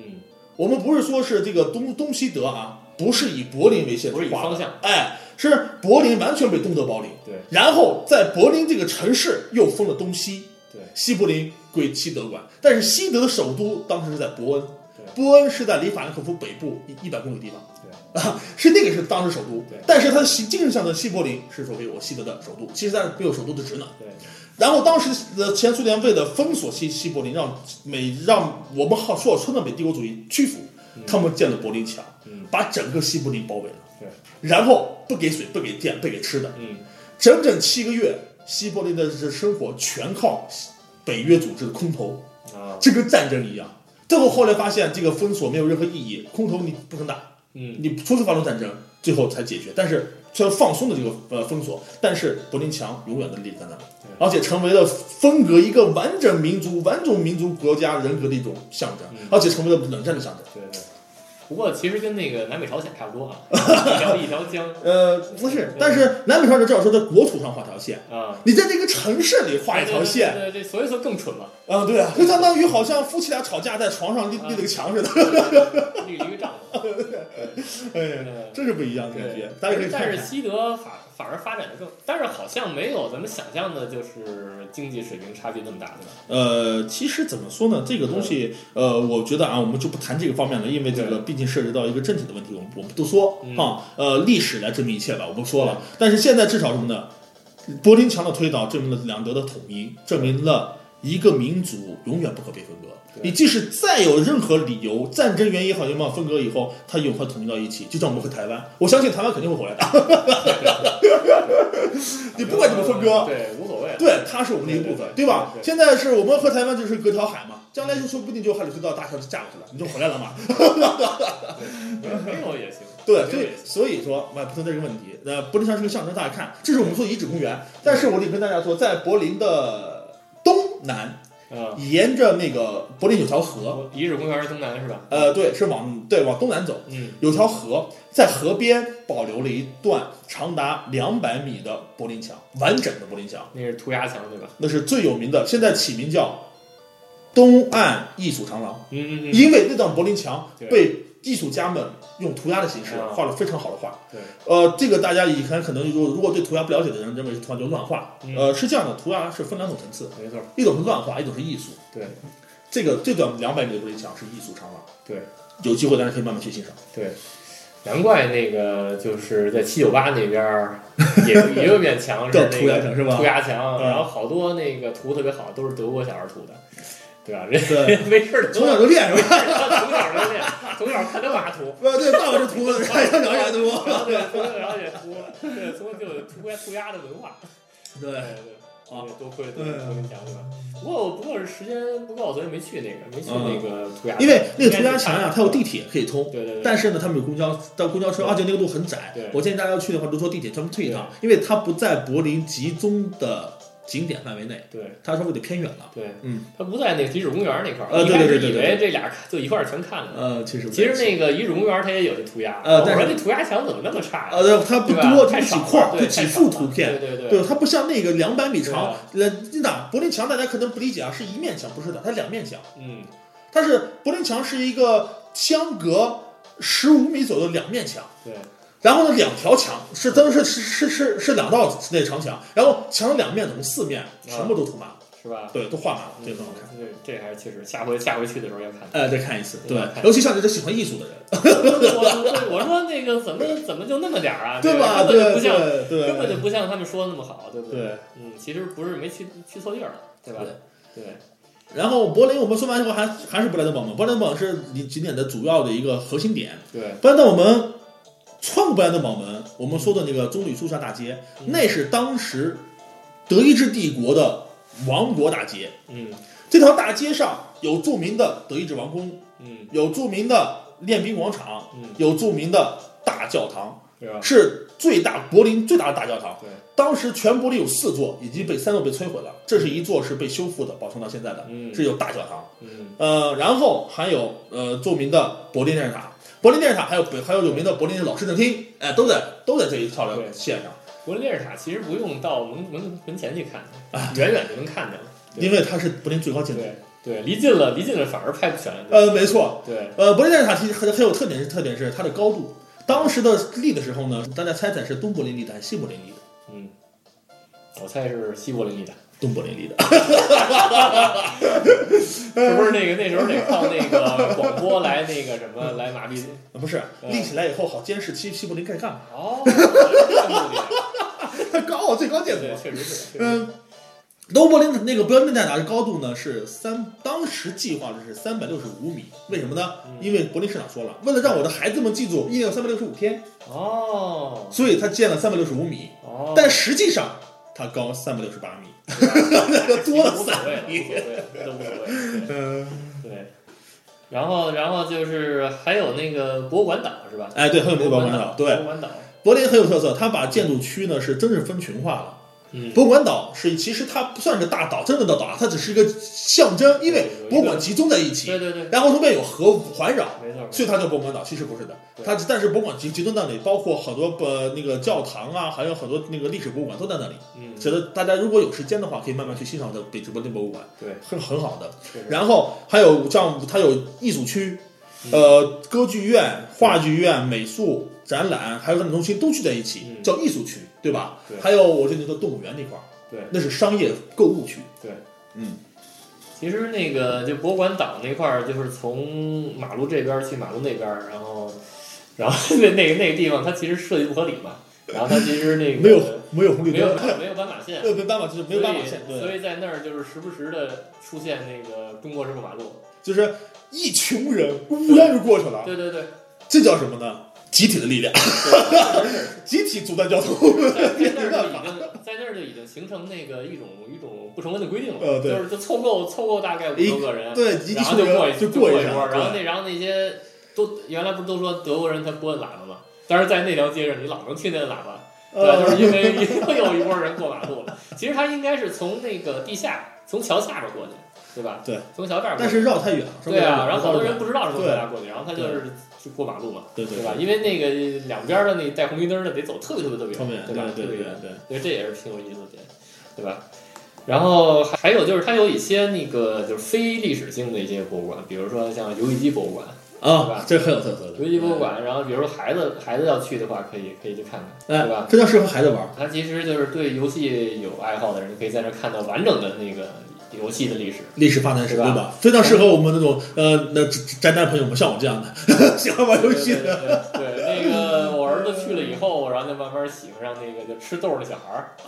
[SPEAKER 3] 我们不是说是这个东东西德啊，不是以柏林为线
[SPEAKER 2] 不是以
[SPEAKER 3] 划的
[SPEAKER 2] 方向，
[SPEAKER 3] 哎，是柏林完全被东德包领，
[SPEAKER 2] 对
[SPEAKER 3] 然后在柏林这个城市又分了东西，
[SPEAKER 2] 对
[SPEAKER 3] 西柏林归西德管，但是西德的首都当时是在伯恩
[SPEAKER 2] 对，
[SPEAKER 3] 伯恩是在离法兰克福北部一一百公里地方，
[SPEAKER 2] 对
[SPEAKER 3] 啊，是那个是当时首都
[SPEAKER 2] 对，
[SPEAKER 3] 但是它的行精神上的西柏林是属于我西德的首都，其实它是没有首都的职能。
[SPEAKER 2] 对
[SPEAKER 3] 然后当时的前苏联为了封锁西西柏林，让美让我们号所有称的美帝国主义屈服，他们建了柏林墙。
[SPEAKER 2] 嗯嗯
[SPEAKER 3] 把整个西柏林包围了，
[SPEAKER 2] 对，
[SPEAKER 3] 然后不给水、不给电、不给吃的，
[SPEAKER 2] 嗯
[SPEAKER 3] 整整七个月，西柏林的这生活全靠北约组织的空投，
[SPEAKER 2] 啊
[SPEAKER 3] 这跟战争一样。最后后来发现这个封锁没有任何意义，空投你不能打，
[SPEAKER 2] 嗯
[SPEAKER 3] 你初次发动战争，最后才解决。但是虽然放松了这个呃封锁，但是柏林墙永远的立在那里，而且成为了分隔一个完整民族、完整民族国家人格的一种象征
[SPEAKER 2] 嗯，
[SPEAKER 3] 而且成为了冷战的象征。
[SPEAKER 2] 对对。不过其实跟那个南北朝鲜差不多啊，
[SPEAKER 3] (laughs)
[SPEAKER 2] 一条一条江
[SPEAKER 3] 呃，不是，但是南北朝鲜至少说在国土上画条线，
[SPEAKER 2] 啊，
[SPEAKER 3] 你在这个城市里画一条线，
[SPEAKER 2] 对对对，对所以说更蠢了，
[SPEAKER 3] 啊、对啊，就相当于好像夫妻俩吵架在床上立
[SPEAKER 2] 啊
[SPEAKER 3] 立了个墙似的， (laughs)
[SPEAKER 2] 立了一个帐篷。
[SPEAKER 3] 哎呀，
[SPEAKER 2] 嗯
[SPEAKER 3] 真是不一样的感觉
[SPEAKER 2] 对。，
[SPEAKER 3] 大家可以看
[SPEAKER 2] 但是
[SPEAKER 3] 看，
[SPEAKER 2] 西德反反而发展的更，但是好像没有咱们想象的，就是经济水平差距那么大，对吧？
[SPEAKER 3] 呃，其实怎么说呢，这个东西，呃，我觉得啊，我们就不谈这个方面了，因为这个
[SPEAKER 2] 嗯对
[SPEAKER 3] 毕竟涉及到一个政体的问题，我们我们不多说
[SPEAKER 2] 嗯
[SPEAKER 3] 啊、呃，历史来证明一切吧，我不说了。但是现在至少什么呢？柏林墙的推倒证明了两德的统一，证明了一个民族永远不可被分割。
[SPEAKER 2] 对
[SPEAKER 3] 你即使再有任何理由，战争原因也好，有没有分割以后，它永会统一到一起。就像我们回台湾，我相信台湾肯定会回来的。 (laughs)
[SPEAKER 2] (laughs)
[SPEAKER 3] 你不管怎么分割，
[SPEAKER 2] 对，无所谓了。
[SPEAKER 3] 对，它是我们的一部分，
[SPEAKER 2] 对对对
[SPEAKER 3] 吧？
[SPEAKER 2] 对对
[SPEAKER 3] 现在是我们和台湾就是隔条海嘛，将来就说不定就海里隧道大桥就架过去了，你就回来了嘛。
[SPEAKER 2] 对，没有也行。
[SPEAKER 3] 对，
[SPEAKER 2] 没
[SPEAKER 3] 所
[SPEAKER 2] 有
[SPEAKER 3] 以
[SPEAKER 2] 也
[SPEAKER 3] 所以
[SPEAKER 2] 行
[SPEAKER 3] 说，哎，不存在这个问题。那柏林墙是个象征，大家看，这是我们做遗址公园。但是我得跟大家说，在柏林的东南，
[SPEAKER 2] 啊，
[SPEAKER 3] 沿着那个柏林有条河，
[SPEAKER 2] 我遗址公园是东南是吧？
[SPEAKER 3] 呃，对，是往对往东南走，
[SPEAKER 2] 嗯，
[SPEAKER 3] 有条河，在河边保留了一段长达两百米的柏林墙，完整的柏林墙。
[SPEAKER 2] 那是涂鸦墙对吧？
[SPEAKER 3] 那是最有名的，现在起名叫东岸艺术长廊，
[SPEAKER 2] 嗯嗯嗯，
[SPEAKER 3] 因为那道柏林墙
[SPEAKER 2] 对
[SPEAKER 3] 被艺术家们用涂鸦的形式
[SPEAKER 2] 啊
[SPEAKER 3] 画了非常好的画。
[SPEAKER 2] 对，
[SPEAKER 3] 呃，这个大家以前可能如果如果对涂鸦不了解的人认为是涂鸦就乱画，
[SPEAKER 2] 嗯
[SPEAKER 3] 呃，是这样的，涂鸦是分两种层次，
[SPEAKER 2] 没错，
[SPEAKER 3] 一种是乱画，一种是艺术。
[SPEAKER 2] 对
[SPEAKER 3] 这个这段两百米的柏林墙是艺术长廊，
[SPEAKER 2] 对
[SPEAKER 3] 有机会大家可以慢慢去欣
[SPEAKER 2] (laughs)
[SPEAKER 3] 赏。
[SPEAKER 2] 对。难怪那个就是在七九八那边儿也也有一面
[SPEAKER 3] (laughs)
[SPEAKER 2] 墙是
[SPEAKER 3] 叫涂
[SPEAKER 2] 那个
[SPEAKER 3] 鸦墙是吧
[SPEAKER 2] 涂鸦墙，
[SPEAKER 3] 嗯
[SPEAKER 2] 然后好多那个图特别好，都是德国小孩涂的，对吧？ (laughs) 人
[SPEAKER 3] 对，
[SPEAKER 2] 没事儿
[SPEAKER 3] 从小就练是
[SPEAKER 2] (laughs)
[SPEAKER 3] 吧？
[SPEAKER 2] 从小就练， (laughs) 从小看他爸涂，
[SPEAKER 3] 呃，对，爸爸是涂的，看小鸟也涂。
[SPEAKER 2] 然后对，从小然后也涂，对，从小就有涂鸦涂鸦的文化，
[SPEAKER 3] 对
[SPEAKER 2] 对，对，
[SPEAKER 3] 啊
[SPEAKER 2] 对，多亏了多
[SPEAKER 3] 对
[SPEAKER 2] 亏了强对吧？不过不过是时间不够，所以没去那个，没去那个涂鸦，
[SPEAKER 3] 嗯因为那个涂鸦墙呀，啊它有地铁可以通，
[SPEAKER 2] 对对对，
[SPEAKER 3] 但是呢，他们有公交，但公交车，而且那个路很窄
[SPEAKER 2] 对。
[SPEAKER 3] 我建议大家要去的话，就坐地铁专门退一趟，因为它不在柏林集中的景点范围内，
[SPEAKER 2] 对
[SPEAKER 3] 它稍微有点偏远了。
[SPEAKER 2] 对，
[SPEAKER 3] 嗯，
[SPEAKER 2] 它不在那个遗址公园那块儿，
[SPEAKER 3] 呃
[SPEAKER 2] 我一
[SPEAKER 3] 对
[SPEAKER 2] 开
[SPEAKER 3] 对对
[SPEAKER 2] 始
[SPEAKER 3] 对
[SPEAKER 2] 以
[SPEAKER 3] 对
[SPEAKER 2] 为这俩就一块儿全看了。
[SPEAKER 3] 呃，其实
[SPEAKER 2] 其实那个遗址公园它也有这涂鸦，
[SPEAKER 3] 呃
[SPEAKER 2] 我
[SPEAKER 3] 但是
[SPEAKER 2] 说这涂鸦墙怎么那么差呀？
[SPEAKER 3] 呃，它不
[SPEAKER 2] 对吧
[SPEAKER 3] 多，
[SPEAKER 2] 太
[SPEAKER 3] 就
[SPEAKER 2] 少
[SPEAKER 3] 几
[SPEAKER 2] 了
[SPEAKER 3] 块儿，
[SPEAKER 2] 对
[SPEAKER 3] 就几
[SPEAKER 2] 太少
[SPEAKER 3] 幅
[SPEAKER 2] 了
[SPEAKER 3] 图片。
[SPEAKER 2] 对对
[SPEAKER 3] 对，，它不像那个两百米
[SPEAKER 2] 对
[SPEAKER 3] 长
[SPEAKER 2] 啊，
[SPEAKER 3] 呃，真的柏林墙大家可能不理解啊，是一面墙，不是的，它两面墙。
[SPEAKER 2] 嗯，
[SPEAKER 3] 它是柏林墙是一个相隔十五米左右的两面墙。
[SPEAKER 2] 对，
[SPEAKER 3] 然后呢，两条墙是当时是是是是两道那长墙，然后墙的两面总共四面全部都涂满了，
[SPEAKER 2] 是吧？
[SPEAKER 3] 对，都画满了，
[SPEAKER 2] 嗯
[SPEAKER 3] 这个很好看。
[SPEAKER 2] 这这还是确实，下回下回去的时候要看。
[SPEAKER 3] 呃，再看一次，对
[SPEAKER 2] 嗯，
[SPEAKER 3] 尤其像你这喜欢艺术的人，
[SPEAKER 2] 我我说那个怎么怎么就那么点儿啊？
[SPEAKER 3] 对吧？
[SPEAKER 2] 这个
[SPEAKER 3] 对
[SPEAKER 2] 根本就不像，
[SPEAKER 3] 对对，
[SPEAKER 2] 根本就不像他们说的那么好，对不对？
[SPEAKER 3] 对。
[SPEAKER 2] 嗯，其实不是没去去错地儿了，对吧？对，
[SPEAKER 3] 然后柏林，我们说完以后还还是勃兰登堡门，勃兰登堡门是你景点的主要的一个核心点。
[SPEAKER 2] 对，
[SPEAKER 3] 勃兰登堡门穿过勃兰登堡门，我们说的那个棕榈树下大街，
[SPEAKER 2] 嗯
[SPEAKER 3] 那是当时德意志帝国的王国大街。
[SPEAKER 2] 嗯
[SPEAKER 3] 这条大街上有著名的德意志王宫。
[SPEAKER 2] 嗯
[SPEAKER 3] 有著名的练兵广场，
[SPEAKER 2] 嗯，
[SPEAKER 3] 有著名的大教堂，
[SPEAKER 2] 对吧？
[SPEAKER 3] 是最大柏林最大的大教堂。
[SPEAKER 2] 对，
[SPEAKER 3] 当时全柏林有四座，已经被三座被摧毁了，这是一座是被修复的，保存到现在的，
[SPEAKER 2] 嗯
[SPEAKER 3] 是有大教堂。
[SPEAKER 2] 嗯
[SPEAKER 3] 呃，然后还有呃著名的柏林电视塔，柏林电视塔还有北还有有名的柏林老市政厅，哎、都在都在这一条
[SPEAKER 2] 对
[SPEAKER 3] 线上，
[SPEAKER 2] 柏林电视塔其实不用到门门门前去看，
[SPEAKER 3] 啊
[SPEAKER 2] 远远就能看见了。对
[SPEAKER 3] 因为它是柏林最高建筑。
[SPEAKER 2] 对对，离近了，离近了反而拍不全。对
[SPEAKER 3] 呃，没错，
[SPEAKER 2] 对，
[SPEAKER 3] 呃，柏林电视塔其实很很有特点，是特点是它的高度。当时的立的时候呢，大家猜猜是东柏林立的还是西柏林立的？
[SPEAKER 2] 嗯，我猜是西柏林立的，
[SPEAKER 3] 东柏林立的。
[SPEAKER 2] 是不是那个那时候得靠那个广播来那个什么来麻痹
[SPEAKER 3] 啊不是，
[SPEAKER 2] 嗯
[SPEAKER 3] 立起来以后好监视西西柏林该干嘛？
[SPEAKER 2] (laughs) 哦，这个目
[SPEAKER 3] (laughs)
[SPEAKER 2] 的
[SPEAKER 3] 它高，最高建
[SPEAKER 2] 对，
[SPEAKER 3] 筑。
[SPEAKER 2] 确实是。确实是，
[SPEAKER 3] 嗯，楼柏林的那个标定站塔的高度呢是三，当时计划的是三百六十五米。为什么呢？因为柏林市长说了，为了让我的孩子们记住一年有三百六十五天，
[SPEAKER 2] 哦
[SPEAKER 3] 所以他建了三百六十五米。
[SPEAKER 2] 哦，
[SPEAKER 3] 但实际上它高三百六十八米，那个多了
[SPEAKER 2] 无所
[SPEAKER 3] 三
[SPEAKER 2] 谓，无
[SPEAKER 3] 米。
[SPEAKER 2] 所谓，真的无所谓。
[SPEAKER 3] (laughs) 嗯，
[SPEAKER 2] 对对，然后然后就是还有那个博物馆岛是吧？
[SPEAKER 3] 哎，对，很有博物馆岛。
[SPEAKER 2] 博
[SPEAKER 3] 对
[SPEAKER 2] 物，馆岛，
[SPEAKER 3] 柏林很有特色，它把建筑区呢是真是分群化了。
[SPEAKER 2] 嗯，
[SPEAKER 3] 博物馆岛是其实它不算是大岛，真正的岛，啊它只是一个象征，因为博物馆集中在一
[SPEAKER 2] 嗯对
[SPEAKER 3] 起，
[SPEAKER 2] 对对，
[SPEAKER 3] 然后周边有河环绕，
[SPEAKER 2] 没错，
[SPEAKER 3] 所
[SPEAKER 2] 没
[SPEAKER 3] 以
[SPEAKER 2] 错
[SPEAKER 3] 它叫博物馆岛，其实不是的
[SPEAKER 2] 对。
[SPEAKER 3] 它但是博物馆集集中在那里，包括很多呃那个教堂啊，还有很多那个历史博物馆都在那里。
[SPEAKER 2] 嗯，
[SPEAKER 3] 觉得大家如果有时间的话，可以慢慢去欣赏的北直播的博物馆，
[SPEAKER 2] 对，
[SPEAKER 3] 很很好的。
[SPEAKER 2] 确实
[SPEAKER 3] 然后还有像它有艺术区，
[SPEAKER 2] 嗯
[SPEAKER 3] 呃，歌剧院、话剧院、美术展览，还有展览中心都聚在一起
[SPEAKER 2] 嗯，
[SPEAKER 3] 叫艺术区，对吧？
[SPEAKER 2] 对
[SPEAKER 3] 还有我觉得叫动物园那块儿，
[SPEAKER 2] 对
[SPEAKER 3] 那是商业购物区。
[SPEAKER 2] 对，
[SPEAKER 3] 嗯，
[SPEAKER 2] 其实那个就博物馆岛那块儿，就是从马路这边儿去马路那边儿，然后，然后那那个那个地方它其实设计不合理
[SPEAKER 3] (laughs)
[SPEAKER 2] 嘛，然后它其实那个
[SPEAKER 3] 没有没有红绿
[SPEAKER 2] 没有
[SPEAKER 3] 灯，
[SPEAKER 2] 没有斑马线，
[SPEAKER 3] 没有斑马线，没有斑马线，
[SPEAKER 2] 所以所
[SPEAKER 3] 对，
[SPEAKER 2] 以在那儿就是时不时的出现那个中国式马路，
[SPEAKER 3] 就是一群人乌泱就过去了，
[SPEAKER 2] 对对对，
[SPEAKER 3] 这叫什么呢？集体的力量，
[SPEAKER 2] 对
[SPEAKER 3] (laughs) 集体阻断交通。 (laughs)
[SPEAKER 2] 在那儿就已经在那儿就已经形成那个一种一种不成文的规定了，
[SPEAKER 3] 呃对
[SPEAKER 2] 就是就凑够凑够大概五六个人，
[SPEAKER 3] 对，一
[SPEAKER 2] 然
[SPEAKER 3] 群
[SPEAKER 2] 后就过
[SPEAKER 3] 人
[SPEAKER 2] 一就
[SPEAKER 3] 过
[SPEAKER 2] 一
[SPEAKER 3] 下，
[SPEAKER 2] 波，然后
[SPEAKER 3] 对
[SPEAKER 2] 那然后那些都原来不是都说德国人他不摁喇叭吗？但是在那条街上你老能听见喇叭，对，
[SPEAKER 3] 呃
[SPEAKER 2] 就是因为 (laughs) 又有一波人过马路了。其实他应该是从那个地下，从桥下边过去，对吧？
[SPEAKER 3] 对，
[SPEAKER 2] 从桥这儿过
[SPEAKER 3] 但
[SPEAKER 2] 去。
[SPEAKER 3] 是绕太远了，是吧
[SPEAKER 2] 对啊，然后好多人
[SPEAKER 3] 绕
[SPEAKER 2] 不知道是从桥
[SPEAKER 3] 对
[SPEAKER 2] 下过去，然后他就是就过马路嘛，
[SPEAKER 3] 对对
[SPEAKER 2] 对吧？因为那个两边的那带红绿灯的得走特别特别特别
[SPEAKER 3] 特别
[SPEAKER 2] 远，
[SPEAKER 3] 远，
[SPEAKER 2] 吧？
[SPEAKER 3] 对
[SPEAKER 2] 特别
[SPEAKER 3] 对
[SPEAKER 2] 远
[SPEAKER 3] 对。
[SPEAKER 2] 所以这也是挺有意思的点，对吧？然后还还有就是它有一些那个就是非历史性的一些博物馆，比如说像游戏机博物馆，对
[SPEAKER 3] 啊
[SPEAKER 2] 吧，
[SPEAKER 3] 这很有特色的
[SPEAKER 2] 游戏机博物。馆，然后比如说孩子孩子要去的话，可以可以去看看，对
[SPEAKER 3] 哎
[SPEAKER 2] 吧，？
[SPEAKER 3] 这叫适合孩子玩儿。
[SPEAKER 2] 它其实就是对游戏有爱好的人，可以在那儿看到完整的那个游戏的历史。
[SPEAKER 3] 历史发展史，
[SPEAKER 2] 对
[SPEAKER 3] 对
[SPEAKER 2] 吧
[SPEAKER 3] 吧？非常适合我们那种呃，那宅宅男朋友们，像我这样的 (laughs) 喜欢玩游戏
[SPEAKER 2] 对
[SPEAKER 3] 的。
[SPEAKER 2] 对对对，那个我儿子去了以后，然后就慢慢喜欢上那个就吃豆儿的小孩儿，对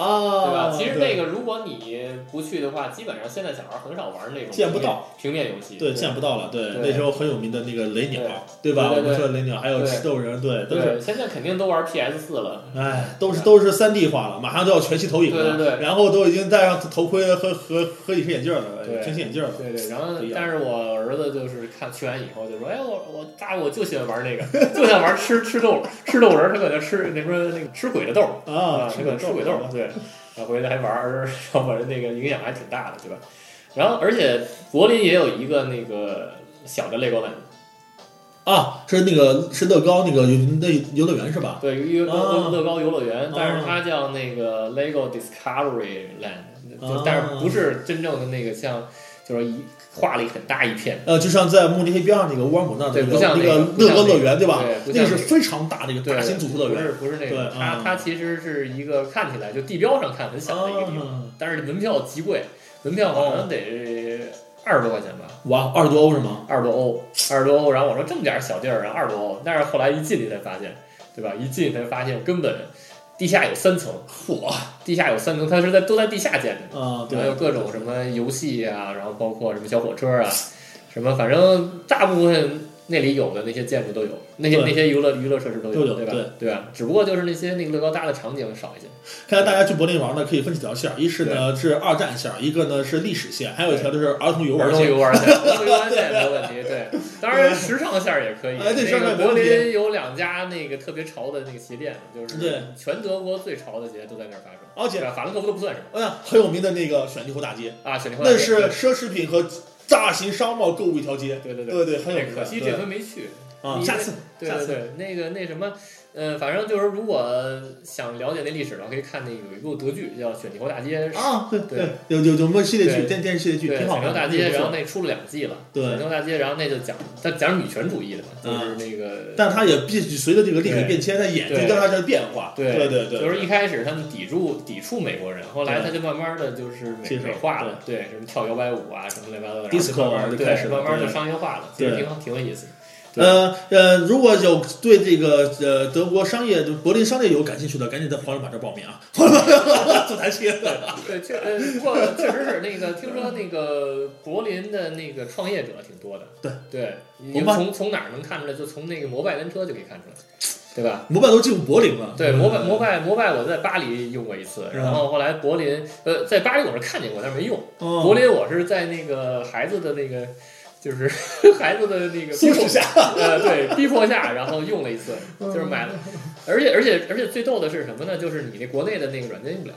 [SPEAKER 2] 吧？
[SPEAKER 3] 啊
[SPEAKER 2] 其实
[SPEAKER 3] 对
[SPEAKER 2] 那个如果你不去的话，基本上现在小孩很少玩那种
[SPEAKER 3] 见不到
[SPEAKER 2] 平面平面游戏。
[SPEAKER 3] 对见不到了，对
[SPEAKER 2] 对
[SPEAKER 3] 那时候很有名的那个雷鸟
[SPEAKER 2] 对，
[SPEAKER 3] 对吧？我
[SPEAKER 2] 对对对
[SPEAKER 3] 们说的雷鸟，还有
[SPEAKER 2] 对
[SPEAKER 3] 吃豆人，对，都
[SPEAKER 2] 对
[SPEAKER 3] 是。
[SPEAKER 2] 现在肯定都玩 PS 四了。
[SPEAKER 3] 哎，都是
[SPEAKER 2] 对
[SPEAKER 3] 都是三 D 化了，马上就要全息投影了，
[SPEAKER 2] 对对对
[SPEAKER 3] 然后都已经戴上头盔和和和隐形眼镜了，
[SPEAKER 2] 对
[SPEAKER 3] 全息眼镜了，
[SPEAKER 2] 对对，然后
[SPEAKER 3] 不一样
[SPEAKER 2] 但是我儿子就是看去完以后就说，哎，我我大我就喜欢玩那个， (laughs) 就想玩吃吃豆儿吃豆人儿，他搁那吃那什么那个吃鬼的豆儿
[SPEAKER 3] 啊，
[SPEAKER 2] 他搁那吃鬼豆儿，对，然后回来还玩儿，然后反正那个影响还挺大的，对吧？然后而且柏林也有一个那个小的类高展，
[SPEAKER 3] 啊，是那个是乐高那个游那游乐园是吧？
[SPEAKER 2] 对，乐
[SPEAKER 3] 啊
[SPEAKER 2] 高乐高游乐园，但
[SPEAKER 3] 啊
[SPEAKER 2] 是它叫那个 LEGO Discovery Land，
[SPEAKER 3] 啊
[SPEAKER 2] 就但是不是真正的那个像，就是一画了一很大一片，
[SPEAKER 3] 呃，就像在慕尼黑边上那个乌尔姆那儿
[SPEAKER 2] 对
[SPEAKER 3] 那
[SPEAKER 2] 不
[SPEAKER 3] 个
[SPEAKER 2] 像
[SPEAKER 3] 那
[SPEAKER 2] 那个不
[SPEAKER 3] 乐
[SPEAKER 2] 像
[SPEAKER 3] 高
[SPEAKER 2] 那
[SPEAKER 3] 乐园，对吧？
[SPEAKER 2] 对不
[SPEAKER 3] 那个
[SPEAKER 2] 像
[SPEAKER 3] 是
[SPEAKER 2] 那个
[SPEAKER 3] 非常大的一个大
[SPEAKER 2] 对
[SPEAKER 3] 型组合乐
[SPEAKER 2] 不
[SPEAKER 3] 园
[SPEAKER 2] 是不是那
[SPEAKER 3] 对
[SPEAKER 2] 个，它
[SPEAKER 3] 啊
[SPEAKER 2] 它其实是一个看起来就地标上看很小的一个地方，
[SPEAKER 3] 啊，
[SPEAKER 2] 但是门票极贵，门票好
[SPEAKER 3] 哦
[SPEAKER 2] 像得二十多块钱吧。
[SPEAKER 3] 哇，二十多欧是吗？
[SPEAKER 2] 二十多欧，二十多欧。然后我说这么点儿小地儿，然后二十多欧。但是后来一进去才发现，对吧？一进去才发现根本地下有三层，嚯，地下有三层，它是在都在地下建的，
[SPEAKER 3] 啊，
[SPEAKER 2] 然后
[SPEAKER 3] 对
[SPEAKER 2] 有，各种什么游戏啊，然后包括什么小火车啊，什么反正大部分。那里有的那些建筑都有，那些
[SPEAKER 3] 对
[SPEAKER 2] 那些娱乐娱乐设施都
[SPEAKER 3] 都有
[SPEAKER 2] 对吧？
[SPEAKER 3] 对
[SPEAKER 2] 对吧？只不过就是那些那个乐高搭的场景少一些。
[SPEAKER 3] 看来大家去柏林玩呢，可以分几条线儿，一是呢是二战线儿，一个呢是历史线，还有一条就是儿童游玩
[SPEAKER 2] 儿童
[SPEAKER 3] 线。
[SPEAKER 2] 游玩线，儿童游玩
[SPEAKER 3] (laughs)
[SPEAKER 2] 线没有问题。对，当然时尚线儿也可以。
[SPEAKER 3] 哎对时尚线没
[SPEAKER 2] 那个柏
[SPEAKER 3] 问题
[SPEAKER 2] 林有两家那个特别潮的那个鞋店，就是
[SPEAKER 3] 对
[SPEAKER 2] 全德国最潮的鞋都在那儿发生，
[SPEAKER 3] 而且，
[SPEAKER 2] 法兰克福都不算什么
[SPEAKER 3] 哎呀，很有名的那个选帝湖大街，
[SPEAKER 2] 啊，雪梨花
[SPEAKER 3] 那
[SPEAKER 2] 园
[SPEAKER 3] 是奢侈品和大型商贸购物一条街。
[SPEAKER 2] 对对对
[SPEAKER 3] 对对，很有
[SPEAKER 2] 哎
[SPEAKER 3] 名的。
[SPEAKER 2] 可惜
[SPEAKER 3] 对
[SPEAKER 2] 这回没去。
[SPEAKER 3] 啊，
[SPEAKER 2] 你
[SPEAKER 3] 下次
[SPEAKER 2] 对
[SPEAKER 3] 下
[SPEAKER 2] 对
[SPEAKER 3] 次
[SPEAKER 2] 对，那个那什么，呃，反正就是如果想了解那历史的话，可以看那个有一部德剧叫《雪梨花大街》。
[SPEAKER 3] 啊，对
[SPEAKER 2] 对
[SPEAKER 3] 对，有有有什么系列剧，
[SPEAKER 2] 对
[SPEAKER 3] 电电视系列剧
[SPEAKER 2] 对，
[SPEAKER 3] 挺好
[SPEAKER 2] 雪
[SPEAKER 3] 的。
[SPEAKER 2] 牛大
[SPEAKER 3] 挺
[SPEAKER 2] 街，
[SPEAKER 3] 不错
[SPEAKER 2] 然后那出了两季了。
[SPEAKER 3] 对
[SPEAKER 2] 雪牛大街，然后那就讲，它讲女权主义的嘛，就是
[SPEAKER 3] 嗯
[SPEAKER 2] 那个。
[SPEAKER 3] 但它也必随着这个历史
[SPEAKER 2] 对
[SPEAKER 3] 变迁，它也
[SPEAKER 2] 对
[SPEAKER 3] 就让它的变化。
[SPEAKER 2] 对
[SPEAKER 3] 对对对，
[SPEAKER 2] 就是一开始他们抵触抵触美国人，后来
[SPEAKER 3] 对
[SPEAKER 2] 他就慢慢的就是美
[SPEAKER 3] 接受
[SPEAKER 2] 美化了，对什么跳摇摆舞啊什么乱七八糟的然后
[SPEAKER 3] Disco 啊
[SPEAKER 2] 慢慢
[SPEAKER 3] 就
[SPEAKER 2] 对
[SPEAKER 3] 开始了
[SPEAKER 2] 慢慢的
[SPEAKER 3] 对
[SPEAKER 2] 商业化了，其实
[SPEAKER 3] 对
[SPEAKER 2] 挺好挺有意思的。
[SPEAKER 3] 呃呃，如果有对这个呃德国商业、柏林商业有感兴趣的，赶紧在黄人把这报名啊！总裁去，
[SPEAKER 2] 对，确呃，不过确实是那个，听说那个柏林的那个创业者挺多的。
[SPEAKER 3] 对
[SPEAKER 2] 对，
[SPEAKER 3] 摩
[SPEAKER 2] 你就
[SPEAKER 3] 拜
[SPEAKER 2] 从从哪儿能看出来？就从那个摩拜单车就可以看出来，对吧？
[SPEAKER 3] 摩拜都进入柏林了。
[SPEAKER 2] 对，摩拜摩
[SPEAKER 3] 拜，
[SPEAKER 2] 拜摩拜，我在巴黎用过一次，然后后来柏林，呃，在巴黎我是看见过，但是没用。柏
[SPEAKER 3] 柏
[SPEAKER 2] 林我是在那个孩子的那个，就是 (laughs) 孩子的那个
[SPEAKER 3] 松
[SPEAKER 2] 逼迫
[SPEAKER 3] 鼠，下，
[SPEAKER 2] 呃，对，逼迫下，然后用了一次，就是买了，
[SPEAKER 3] 嗯
[SPEAKER 2] 而且而且而且最逗的是什么呢？就是你那国内的那个软件用不了。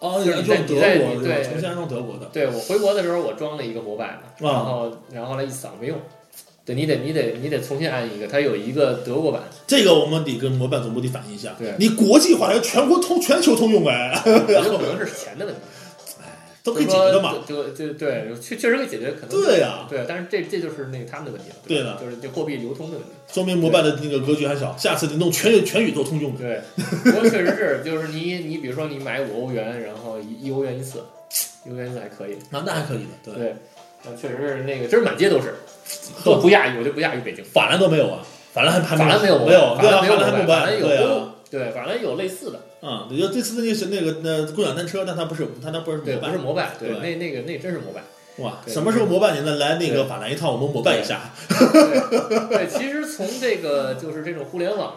[SPEAKER 3] 哦，
[SPEAKER 2] 就是
[SPEAKER 3] 安
[SPEAKER 2] 你
[SPEAKER 3] 装
[SPEAKER 2] 在
[SPEAKER 3] 德
[SPEAKER 2] 你在
[SPEAKER 3] 国的，
[SPEAKER 2] 对
[SPEAKER 3] 重新安装德国的。啊
[SPEAKER 2] 对我回国的时候，我装了一个摩拜嘛，然后然后后来一扫没用，对你得你得你得重新安一个，它有一个德
[SPEAKER 3] (laughs)
[SPEAKER 2] 国版，
[SPEAKER 3] 这个我们得跟摩拜总部得反映一下
[SPEAKER 2] 对，
[SPEAKER 3] 你国际化，要全国通、全球通用哎，
[SPEAKER 2] 我觉得可能是钱的问题，
[SPEAKER 3] 都
[SPEAKER 2] 就
[SPEAKER 3] 可以
[SPEAKER 2] 是
[SPEAKER 3] 解决的
[SPEAKER 2] 说
[SPEAKER 3] 嘛。
[SPEAKER 2] 对对对，确确实可以解决，可能
[SPEAKER 3] 对呀，
[SPEAKER 2] 对，但是这这就是那个他们的问题了，吧就是这货币流通的
[SPEAKER 3] (laughs)
[SPEAKER 2] 问题。
[SPEAKER 3] 说明摩拜的那个格局还小，下次得弄全全宇宙通用的。
[SPEAKER 2] 对，不过确实是，就是你你比如说你买五欧元，然后一一欧元一次，一欧元一次还可以，
[SPEAKER 3] 啊，那还可以的，对，
[SPEAKER 2] 对，那确实是那个，真是满街都
[SPEAKER 3] (laughs)
[SPEAKER 2] 是，都不亚于我就不亚于北京。
[SPEAKER 3] 法兰都没有啊，法兰还还
[SPEAKER 2] 法兰
[SPEAKER 3] 没
[SPEAKER 2] 没有摩
[SPEAKER 3] 没有，
[SPEAKER 2] 拜
[SPEAKER 3] 对啊，
[SPEAKER 2] 法兰没
[SPEAKER 3] 法
[SPEAKER 2] 有
[SPEAKER 3] 兰还
[SPEAKER 2] 摩
[SPEAKER 3] 没
[SPEAKER 2] 拜，法兰有哦
[SPEAKER 3] 对啊。
[SPEAKER 2] 欧对，法兰有类似的，
[SPEAKER 3] 啊，对，就这次的那是那个那共享单车，但它不是，它它不是
[SPEAKER 2] 对，
[SPEAKER 3] 摩
[SPEAKER 2] 不是
[SPEAKER 3] 拜，
[SPEAKER 2] 摩拜，对，
[SPEAKER 3] 对
[SPEAKER 2] 那那个那真是摩拜。
[SPEAKER 3] 哇，
[SPEAKER 2] 对
[SPEAKER 3] 什么时候摩拜您再来那个法兰一趟，我们摩拜一下，
[SPEAKER 2] 对，对，其实从这个就是这种互联网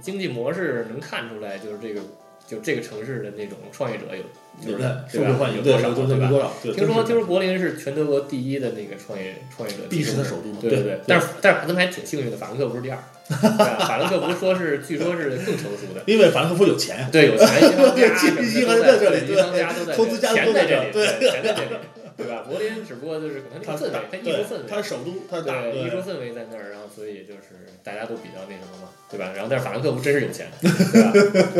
[SPEAKER 2] 经济模式能看出来，就是这个就这个城市的那种创业者有，
[SPEAKER 3] 对
[SPEAKER 2] 就
[SPEAKER 3] 不
[SPEAKER 2] 是
[SPEAKER 3] 对？
[SPEAKER 2] 对
[SPEAKER 3] 社会
[SPEAKER 2] 吧？
[SPEAKER 3] 化
[SPEAKER 2] 有
[SPEAKER 3] 有
[SPEAKER 2] 多
[SPEAKER 3] 多
[SPEAKER 2] 少，
[SPEAKER 3] 少，
[SPEAKER 2] 对
[SPEAKER 3] 有
[SPEAKER 2] 吧？
[SPEAKER 3] 多少？对，
[SPEAKER 2] 听说
[SPEAKER 3] 真
[SPEAKER 2] 听
[SPEAKER 3] 是
[SPEAKER 2] 说柏林是全德国第一的那个创业创业者
[SPEAKER 3] 必
[SPEAKER 2] 集
[SPEAKER 3] 是
[SPEAKER 2] 中
[SPEAKER 3] 的
[SPEAKER 2] 地
[SPEAKER 3] 首都嘛，
[SPEAKER 2] 对对，但是但是咱们还挺幸运的，法兰克福是第二，对吧法兰克福说是据说是更成熟的，
[SPEAKER 3] 因为法兰克福有钱，
[SPEAKER 2] 对，有 (laughs) 钱银行
[SPEAKER 3] 对
[SPEAKER 2] 家
[SPEAKER 3] 金
[SPEAKER 2] 什
[SPEAKER 3] 融
[SPEAKER 2] 么
[SPEAKER 3] 银行在这里
[SPEAKER 2] 的都在银行家都在
[SPEAKER 3] 投资家
[SPEAKER 2] 这里
[SPEAKER 3] 都在
[SPEAKER 2] 钱在
[SPEAKER 3] 这
[SPEAKER 2] 这
[SPEAKER 3] 儿
[SPEAKER 2] 里，对，钱在
[SPEAKER 3] (laughs)
[SPEAKER 2] 这里，对吧？柏林只不过就是可能那
[SPEAKER 3] 它
[SPEAKER 2] 个氛
[SPEAKER 3] 大
[SPEAKER 2] 围，它艺
[SPEAKER 3] 对
[SPEAKER 2] 术氛围，
[SPEAKER 3] 它是首都，它大，
[SPEAKER 2] 对，艺
[SPEAKER 3] 对，
[SPEAKER 2] 术氛围在那儿，然后所以就是大家都比较那什么嘛，对吧？然后但是法兰克福真是有钱，对吧？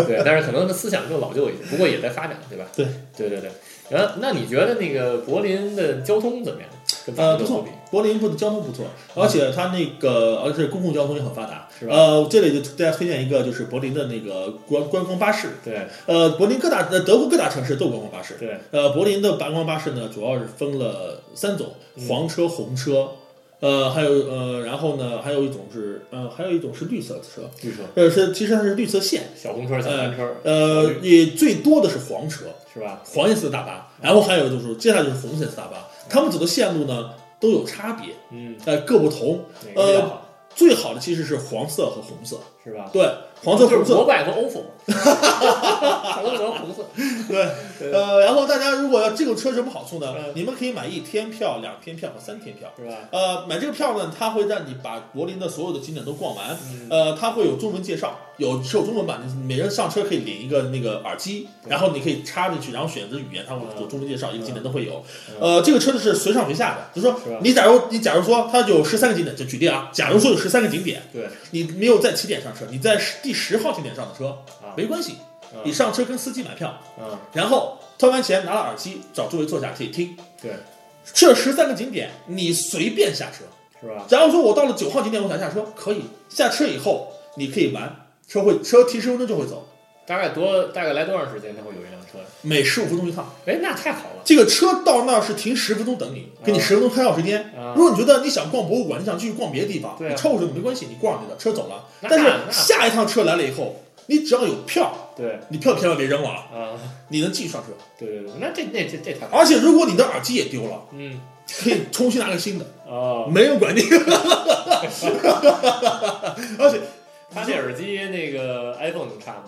[SPEAKER 2] 对，但是可能他思想更老旧一些，不过也在发展，对吧？
[SPEAKER 3] 对，
[SPEAKER 2] 对对对。然后那你觉得那个柏林的交通怎么样？跟法
[SPEAKER 3] 呃，
[SPEAKER 2] 兰
[SPEAKER 3] 不
[SPEAKER 2] 克福
[SPEAKER 3] 错
[SPEAKER 2] 比，，
[SPEAKER 3] 柏林不的交通不错，而且它那个而且公共交通也很发达，
[SPEAKER 2] 嗯是吧
[SPEAKER 3] 呃，这里就大家推荐一个，就是柏林的那个观观光巴士，
[SPEAKER 2] 对
[SPEAKER 3] 呃，柏林各大呃德国各大城市都有观光巴士，
[SPEAKER 2] 对，
[SPEAKER 3] 呃，柏林的观光巴士呢，主要是分了三种：
[SPEAKER 2] 嗯
[SPEAKER 3] 黄车、红车，呃，还有呃，然后呢，还有一种是呃，还有一种是绿色的车，
[SPEAKER 2] 据说
[SPEAKER 3] 呃，是其实它是绿色线，
[SPEAKER 2] 小红车、小单车
[SPEAKER 3] 呃，也最多的是黄车，
[SPEAKER 2] 是吧？
[SPEAKER 3] 黄颜色的大巴，
[SPEAKER 2] 嗯
[SPEAKER 3] 然后还有就是接下来就是红色的大巴，他们走的线路呢都有差别，
[SPEAKER 2] 嗯，
[SPEAKER 3] 呃，各不同。
[SPEAKER 2] 哪个比较
[SPEAKER 3] 呃
[SPEAKER 2] 好？
[SPEAKER 3] 最好的其实是黄色和红色，
[SPEAKER 2] 是吧？
[SPEAKER 3] 对，黄色、
[SPEAKER 2] 哦就是
[SPEAKER 3] 红色
[SPEAKER 2] 国外和
[SPEAKER 3] (laughs)
[SPEAKER 2] 欧服嘛，红色和红色，
[SPEAKER 3] 对，呃，然后大家如果要这个车有什么好处呢
[SPEAKER 2] 嗯？
[SPEAKER 3] 你们可以买一天票、两天票和三天票。
[SPEAKER 2] 是吧？
[SPEAKER 3] 呃，买这个票呢，它会让你把柏林的所有的景点都逛完。
[SPEAKER 2] 嗯，
[SPEAKER 3] 呃，它会有中文介绍，有是有中文版的，每人上车可以领一个那个耳机，
[SPEAKER 2] 对
[SPEAKER 3] 然后你可以插进去，然后选择语言，它会有中文介绍，一个景点都会有。
[SPEAKER 2] 嗯
[SPEAKER 3] 呃，这个车呢是随上随下的，就是说
[SPEAKER 2] 是吧
[SPEAKER 3] 你假如你假如说它有十三个景点，就举例啊，假如说有十三个景点，
[SPEAKER 2] 对
[SPEAKER 3] 你没有在起点上车，你在十第十号景点上的车
[SPEAKER 2] 啊，
[SPEAKER 3] 没关系，
[SPEAKER 2] 嗯
[SPEAKER 3] 你上车跟司机买票，
[SPEAKER 2] 嗯，
[SPEAKER 3] 然后掏完钱拿了耳机找周围坐下可以听。
[SPEAKER 2] 对，
[SPEAKER 3] 去了十三个景点，你随便下车。
[SPEAKER 2] 是吧？
[SPEAKER 3] 假如说我到了九号景点，我想下车，可以下车以后你可以玩，车会车停十分钟就会走，
[SPEAKER 2] 大概多大概来多长时间才会有一辆车？
[SPEAKER 3] 每十五分钟一趟。
[SPEAKER 2] 哎，那太好了。
[SPEAKER 3] 这个车到那儿是停十分钟等你，给你
[SPEAKER 2] 啊
[SPEAKER 3] 十分钟开票时间。
[SPEAKER 2] 啊
[SPEAKER 3] 如果你觉得你想逛博物馆，你想去逛别的地方，
[SPEAKER 2] 对啊
[SPEAKER 3] 你超过这个没关系，你逛你的，车走了。
[SPEAKER 2] 那
[SPEAKER 3] 但是
[SPEAKER 2] 那
[SPEAKER 3] 下一趟车来了以后，你只要有票，
[SPEAKER 2] 对
[SPEAKER 3] 你票千万别扔了啊，
[SPEAKER 2] 啊，
[SPEAKER 3] 你能继续上车。
[SPEAKER 2] 对对对，那这那这这太好了，
[SPEAKER 3] 而且如果你的耳机也丢了，
[SPEAKER 2] 嗯
[SPEAKER 3] 可以重新拿个新的。
[SPEAKER 2] 哦，
[SPEAKER 3] 没人管
[SPEAKER 2] (laughs)
[SPEAKER 3] 你。而且，
[SPEAKER 2] 他那耳机那个 iPhone 能插吗？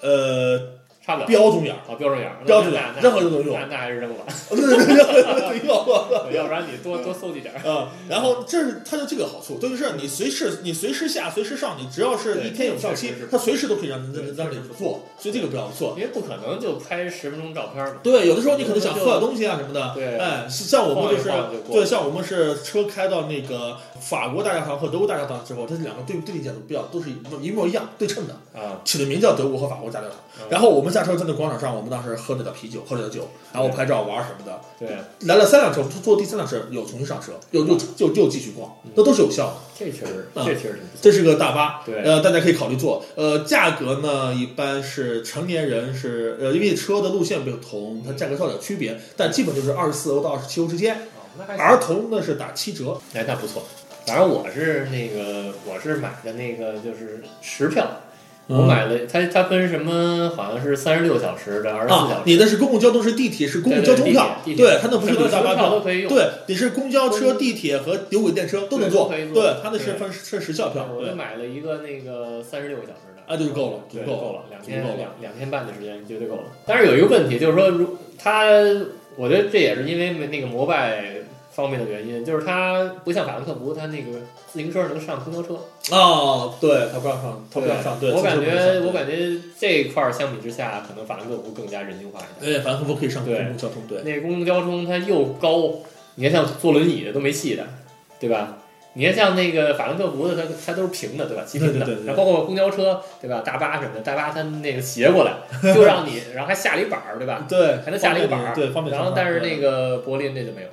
[SPEAKER 3] 呃，
[SPEAKER 2] 插不了。
[SPEAKER 3] 标准眼儿， (laughs)
[SPEAKER 2] 啊，标准眼儿，
[SPEAKER 3] 标准眼
[SPEAKER 2] 那
[SPEAKER 3] 儿
[SPEAKER 2] 那
[SPEAKER 3] 任何人都用
[SPEAKER 2] 那那还是扔
[SPEAKER 3] (laughs)
[SPEAKER 2] 了，
[SPEAKER 3] 对对对对，
[SPEAKER 2] 要不然你多多搜集点儿。
[SPEAKER 3] 啊，然后这是它就这个好处，就是你随时你随时下随时上，你只要是一天有效期
[SPEAKER 2] 对确实是，
[SPEAKER 3] 它随时都可以让
[SPEAKER 2] 对
[SPEAKER 3] 让
[SPEAKER 2] 确
[SPEAKER 3] 让
[SPEAKER 2] 实
[SPEAKER 3] 你
[SPEAKER 2] 是
[SPEAKER 3] 做，所以这个比较不错。
[SPEAKER 2] 因为不可能就拍十分钟照片嘛。
[SPEAKER 3] 对，有的时候你可能想
[SPEAKER 2] 就
[SPEAKER 3] 喝点东西啊什么的，
[SPEAKER 2] 对
[SPEAKER 3] 哎，像我们就是
[SPEAKER 2] 晃一晃就过
[SPEAKER 3] 对，像我们是车开到那个法国大教堂和德国大教堂之后，它是两个对对立角度比较都是一模一样对称的，
[SPEAKER 2] 啊，
[SPEAKER 3] 起的名叫德国和法国大教堂。
[SPEAKER 2] 嗯
[SPEAKER 3] 然后我们下车站在广场上，我们当时喝着点啤酒，喝着点酒，然后拍照玩什么的。
[SPEAKER 2] 对，
[SPEAKER 3] 来了三辆车，坐第三辆车有重新上车，有又又又继续逛，
[SPEAKER 2] 嗯
[SPEAKER 3] 那都是有效的。
[SPEAKER 2] 这确实
[SPEAKER 3] 嗯
[SPEAKER 2] 这确实挺不错。
[SPEAKER 3] 这是个大巴，
[SPEAKER 2] 对
[SPEAKER 3] 呃，大家可以考虑坐。呃，价格呢，一般是成年人是，呃，因为车的路线不同，它价格稍有点区别，但基本就是二十四欧到二十七欧之间。
[SPEAKER 2] 哦，那还行
[SPEAKER 3] 儿童呢是打七折，
[SPEAKER 2] 哎，那不错。反正我是那个我是买的那个就是时票，
[SPEAKER 3] 嗯
[SPEAKER 2] 我买了它它分什么好像是三十六小时的、二十四
[SPEAKER 3] 啊
[SPEAKER 2] 小，时
[SPEAKER 3] 你的是公共交通是地铁是公
[SPEAKER 2] 对
[SPEAKER 3] 共
[SPEAKER 2] 对
[SPEAKER 3] 交通
[SPEAKER 2] 地
[SPEAKER 3] 票，
[SPEAKER 2] 铁地铁
[SPEAKER 3] 对，它那不是
[SPEAKER 2] 什么
[SPEAKER 3] 大巴
[SPEAKER 2] 车票都可以用
[SPEAKER 3] 对，你是公交车、地铁和有轨电车都能
[SPEAKER 2] 对
[SPEAKER 3] 坐，
[SPEAKER 2] 都可以坐
[SPEAKER 3] 对，它那是
[SPEAKER 2] 对
[SPEAKER 3] 分是时效票，
[SPEAKER 2] 我
[SPEAKER 3] 对
[SPEAKER 2] 就，买了一个那个三十六个小时的，
[SPEAKER 3] 啊就是够了
[SPEAKER 2] 对
[SPEAKER 3] 足够
[SPEAKER 2] 够了，两天
[SPEAKER 3] 足够了
[SPEAKER 2] 两两天半的时间绝对够了。但是有一个问题，就是说，如它，我觉得这也是因为那个摩拜方面的原因，就是它不像法兰克福，它那个自行车能上公交车，
[SPEAKER 3] 哦，对，它不让上，它不让上，对，
[SPEAKER 2] 我
[SPEAKER 3] 自行
[SPEAKER 2] 感
[SPEAKER 3] 车不让
[SPEAKER 2] 觉
[SPEAKER 3] 上
[SPEAKER 2] 我感觉这一块儿相比之下，可能法兰克福更加人性化一点。
[SPEAKER 3] 对，哎，反正不可以上公
[SPEAKER 2] 对
[SPEAKER 3] 共交通，对，
[SPEAKER 2] 那公共交通它又高，你看像坐轮椅的都没戏的，对吧？你看像那个法兰克福的，它它都是平的，对吧？骑平
[SPEAKER 3] 对
[SPEAKER 2] 的
[SPEAKER 3] 对对对，
[SPEAKER 2] 然后包括公交车，对吧？大巴什么的，大巴它那个斜过来，就让你，然后还下了一板儿，对吧？
[SPEAKER 3] 对，
[SPEAKER 2] 还能下了一个板儿，
[SPEAKER 3] 方便对，方便
[SPEAKER 2] 然
[SPEAKER 3] 上
[SPEAKER 2] 后
[SPEAKER 3] 班。
[SPEAKER 2] 但是那
[SPEAKER 3] 对
[SPEAKER 2] 个柏林这就没有，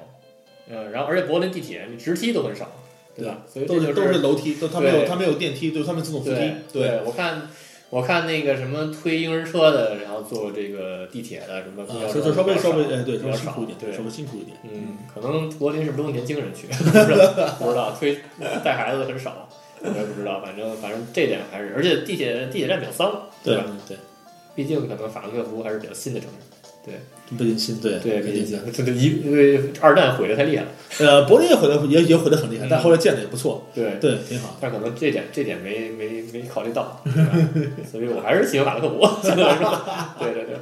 [SPEAKER 2] 嗯，然后而且柏林地铁你直梯都很少，对吧？所以
[SPEAKER 3] 都
[SPEAKER 2] 这
[SPEAKER 3] 是
[SPEAKER 2] 就
[SPEAKER 3] 都是楼梯，都它没
[SPEAKER 2] 对
[SPEAKER 3] 有它没有电梯，对，它没有自动扶梯
[SPEAKER 2] 对，
[SPEAKER 3] 对，
[SPEAKER 2] 我看我看那个什么推婴儿车的，然后坐这个地铁的什么公
[SPEAKER 3] 啊
[SPEAKER 2] 交
[SPEAKER 3] 所
[SPEAKER 2] 车
[SPEAKER 3] 以
[SPEAKER 2] 的
[SPEAKER 3] 就
[SPEAKER 2] 比较
[SPEAKER 3] 稍微
[SPEAKER 2] 少，
[SPEAKER 3] 稍微哎，对，
[SPEAKER 2] 比
[SPEAKER 3] 稍微
[SPEAKER 2] 较
[SPEAKER 3] 辛
[SPEAKER 2] 少
[SPEAKER 3] 苦一点，
[SPEAKER 2] 对
[SPEAKER 3] 稍微辛苦一点。
[SPEAKER 2] 嗯，可能柏林是不是都是年轻人去， (laughs) 不知道不知道推带孩子的很少，我也不知道，反正反正这点还是，而且地铁地铁站比较脏，
[SPEAKER 3] 对
[SPEAKER 2] 吧？
[SPEAKER 3] 嗯对，
[SPEAKER 2] 毕竟可能法兰克福还是比较新的城市，
[SPEAKER 3] 不忍心，对
[SPEAKER 2] 对，
[SPEAKER 3] 不
[SPEAKER 2] 毕
[SPEAKER 3] 忍
[SPEAKER 2] 竟 (laughs)
[SPEAKER 3] 心。
[SPEAKER 2] 这这一因为二战毁的太厉害了，
[SPEAKER 3] 呃，柏林也毁的也也毁的很厉
[SPEAKER 2] 嗯
[SPEAKER 3] 害，但后来建的也不错，
[SPEAKER 2] 对。
[SPEAKER 3] 对，挺好。
[SPEAKER 2] 但可能这点这点没没没考虑到，对吧所以我还是喜欢马克博。 (laughs) 相对来说对对对，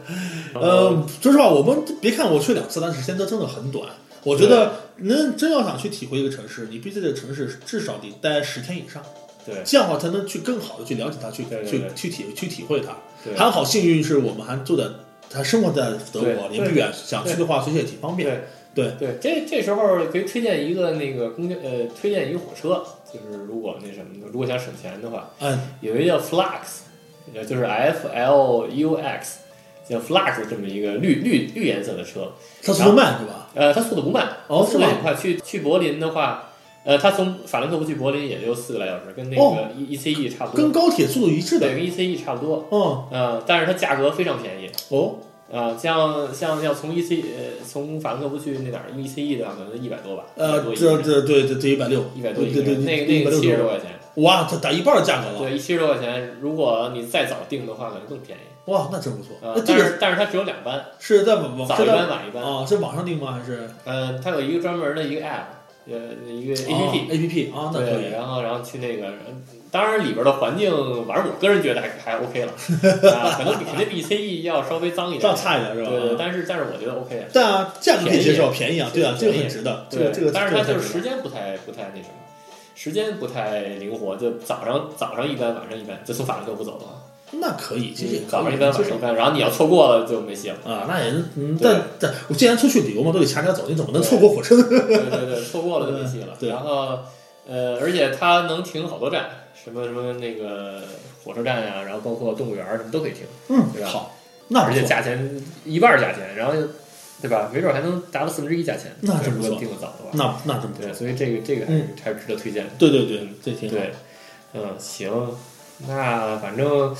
[SPEAKER 3] 呃，说实话，我们别看我去两次，但是时间都真的很短。我觉得，能真要想去体会一个城市，你必须在这个城市至少得待十天以上，
[SPEAKER 2] 对
[SPEAKER 3] 这样的话才能去更好的去了解它，去
[SPEAKER 2] 对对对
[SPEAKER 3] 去去体去体会它。
[SPEAKER 2] 对
[SPEAKER 3] 还好幸运是我们还住在，还生活在德国，啊
[SPEAKER 2] 对
[SPEAKER 3] 也不远，想去的话其实也挺方便。对
[SPEAKER 2] 对，这这时候可以推荐一个那个公交呃，推荐一个火车，就是如果那什么的，如果想省钱的话，
[SPEAKER 3] 嗯，
[SPEAKER 2] (laughs) 有一个叫 Flux，呃，就是 F L U X，叫 Flux 这么一个绿绿绿颜色的车，
[SPEAKER 3] 它速度慢是吧？
[SPEAKER 2] 呃，它速度不慢，
[SPEAKER 3] 哦
[SPEAKER 2] 速度
[SPEAKER 3] 是吗
[SPEAKER 2] 很快。去去柏林的话，呃，它从法兰克福去柏林也就四个来小时，跟那
[SPEAKER 3] 哦
[SPEAKER 2] 个 E E C E 差不多，
[SPEAKER 3] 跟高铁速度一致
[SPEAKER 2] 对，
[SPEAKER 3] 的。
[SPEAKER 2] 跟 E C E 差不多。
[SPEAKER 3] 嗯，
[SPEAKER 2] 呃，但是它价格非常便宜，
[SPEAKER 3] 哦，
[SPEAKER 2] 啊、像像要从 E C 呃从法兰克福去那哪儿 E C E 的话，可能一百多吧，
[SPEAKER 3] 呃，
[SPEAKER 2] 100
[SPEAKER 3] 这
[SPEAKER 2] 多
[SPEAKER 3] 这对这这一百六，
[SPEAKER 2] 一百多
[SPEAKER 3] 对
[SPEAKER 2] 一
[SPEAKER 3] 对
[SPEAKER 2] 个
[SPEAKER 3] 对，
[SPEAKER 2] 人，那个那个七十多
[SPEAKER 3] 160，
[SPEAKER 2] 块钱，
[SPEAKER 3] 哇，这打一半的价格了，
[SPEAKER 2] 对，一七十多块钱。如果你再早订的话，可能更便宜。
[SPEAKER 3] 哇，那真不错。
[SPEAKER 2] 啊、
[SPEAKER 3] 那呃这
[SPEAKER 2] 但
[SPEAKER 3] 个
[SPEAKER 2] 是但是它只有两班，
[SPEAKER 3] 是在网网
[SPEAKER 2] 早
[SPEAKER 3] 是
[SPEAKER 2] 一班
[SPEAKER 3] 在
[SPEAKER 2] 晚一班。
[SPEAKER 3] 啊，是网上订吗？还是
[SPEAKER 2] 嗯、它有一个专门的一个 app，呃，一个 A P P，、
[SPEAKER 3] A P P 啊？哦那可
[SPEAKER 2] 对，
[SPEAKER 3] 以。
[SPEAKER 2] 然后然后去那个，当然里边的环境，反正我个人觉得还还
[SPEAKER 3] (laughs)
[SPEAKER 2] OK 了，啊，可能比肯定比 CE 要稍微脏一
[SPEAKER 3] 这
[SPEAKER 2] 点
[SPEAKER 3] 样，差一点是
[SPEAKER 2] 对
[SPEAKER 3] 吧？
[SPEAKER 2] 对，但是但是我觉得 OK 啊，
[SPEAKER 3] 但啊价格可以接受，便宜啊，对啊，这
[SPEAKER 2] 便宜
[SPEAKER 3] 个很值的，这
[SPEAKER 2] 对，
[SPEAKER 3] 个这个。
[SPEAKER 2] 但是它就
[SPEAKER 3] 这个太
[SPEAKER 2] 是时
[SPEAKER 3] 值了
[SPEAKER 2] 间不太不太那什么，时间不太灵活，就早上早上一班，晚上一班，就从法兰克福走的话，
[SPEAKER 3] 那可以，其实也可以
[SPEAKER 2] 嗯早上一班，晚
[SPEAKER 3] 接受
[SPEAKER 2] 上一班，然后你要错过了就没戏了，
[SPEAKER 3] 啊，那也是，嗯，
[SPEAKER 2] 对
[SPEAKER 3] 但但我既然出去旅游嘛，都得掐点走，你怎么能错过火车呢？
[SPEAKER 2] 对对对，错过了就没戏了，
[SPEAKER 3] 对
[SPEAKER 2] 然后呃，而且它能停好多站，什么什么那个火车站呀、然后包括动物园儿什么都可以停。
[SPEAKER 3] 嗯
[SPEAKER 2] 对，吧
[SPEAKER 3] 好，那
[SPEAKER 2] 啊而
[SPEAKER 3] 不
[SPEAKER 2] 且
[SPEAKER 3] 错，
[SPEAKER 2] 价钱一半儿价钱，然后又对吧？没准儿还能达到四分之一价钱，
[SPEAKER 3] 那真不
[SPEAKER 2] 如
[SPEAKER 3] 错
[SPEAKER 2] 果订的早的话。
[SPEAKER 3] 那那真不错
[SPEAKER 2] 对，，所以这个这个还是、还是值得推荐的。
[SPEAKER 3] 对对对，这挺好。
[SPEAKER 2] 对，嗯，行，那反正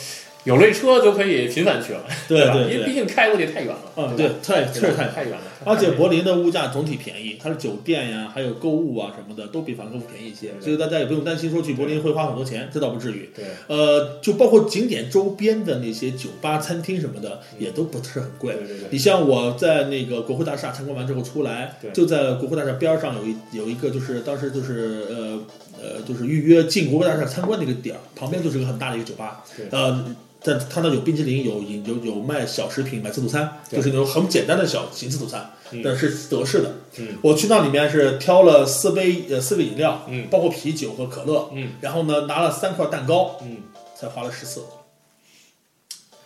[SPEAKER 2] 有了车就可以频繁去了，
[SPEAKER 3] 对
[SPEAKER 2] 吧？
[SPEAKER 3] 对
[SPEAKER 2] 因为
[SPEAKER 3] 对，
[SPEAKER 2] 毕竟开过去太远了，
[SPEAKER 3] 嗯，
[SPEAKER 2] 对
[SPEAKER 3] 对
[SPEAKER 2] 吧，
[SPEAKER 3] 太确实
[SPEAKER 2] 太
[SPEAKER 3] 太好。
[SPEAKER 2] 远了。
[SPEAKER 3] 而且
[SPEAKER 2] 太
[SPEAKER 3] 柏林的物价总体便宜，它的酒店呀、还有购物啊什么的都比法兰克福便宜一些，
[SPEAKER 2] 对
[SPEAKER 3] 所以大家也不用担心说去柏林会花很多钱，这倒不至于。
[SPEAKER 2] 对
[SPEAKER 3] 呃，就包括景点周边的那些酒吧、餐厅什么的，
[SPEAKER 2] 嗯
[SPEAKER 3] 也都不是很贵
[SPEAKER 2] 对。对对
[SPEAKER 3] 你
[SPEAKER 2] 对，
[SPEAKER 3] 像我在那个国会大厦参观完之后出来
[SPEAKER 2] 对，
[SPEAKER 3] 就在国会大厦边儿上有一有一个就是当时就是呃呃就是预约进国会大厦参观那个点儿，旁边就是个很大的一个酒吧
[SPEAKER 2] 对，
[SPEAKER 3] 呃。但它那有冰淇淋，有饮有有卖小食品，卖自助餐，
[SPEAKER 2] 对
[SPEAKER 3] 就是那种很简单的小型自助餐，
[SPEAKER 2] 嗯
[SPEAKER 3] 但是德式的。
[SPEAKER 2] 嗯
[SPEAKER 3] 我去那里面是挑了四杯呃四个饮料，
[SPEAKER 2] 嗯
[SPEAKER 3] 包括啤酒和可乐，
[SPEAKER 2] 嗯
[SPEAKER 3] 然后呢拿了三块蛋糕，
[SPEAKER 2] 嗯，
[SPEAKER 3] 才花了十四。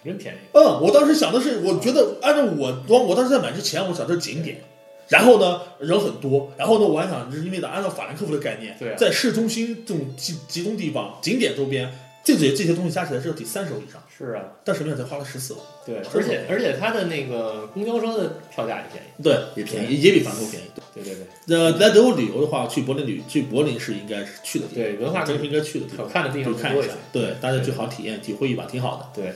[SPEAKER 2] 真便宜。
[SPEAKER 3] 嗯，我当时想的是，我觉得按照我我我当时在买之前，我想这是景点，然后呢人很多，然后呢我还想，就是因为呢按照法兰克福的概念，
[SPEAKER 2] 对啊
[SPEAKER 3] 在市中心这种集集中地方、景点周边，这些这些东西加起来是要得三十欧以上，
[SPEAKER 2] 是啊，
[SPEAKER 3] 但是没想到才花了十四欧，
[SPEAKER 2] 对，
[SPEAKER 3] 是
[SPEAKER 2] 而且而且它的那个公交车的票价也便宜。
[SPEAKER 3] 对，也便宜，也比法兰克福便宜。
[SPEAKER 2] 对对对
[SPEAKER 3] 呃，来德国旅游的话，去柏林旅去柏林是应该是去的地方，
[SPEAKER 2] 对，文化
[SPEAKER 3] 这
[SPEAKER 2] 更
[SPEAKER 3] 是应该去的地
[SPEAKER 2] 可
[SPEAKER 3] 方，
[SPEAKER 2] 看的地
[SPEAKER 3] 就
[SPEAKER 2] 方
[SPEAKER 3] 看
[SPEAKER 2] 更
[SPEAKER 3] 一
[SPEAKER 2] 多一
[SPEAKER 3] 下
[SPEAKER 2] 点。，
[SPEAKER 3] 对，大家最好体验体会一把，挺好的。
[SPEAKER 2] 对，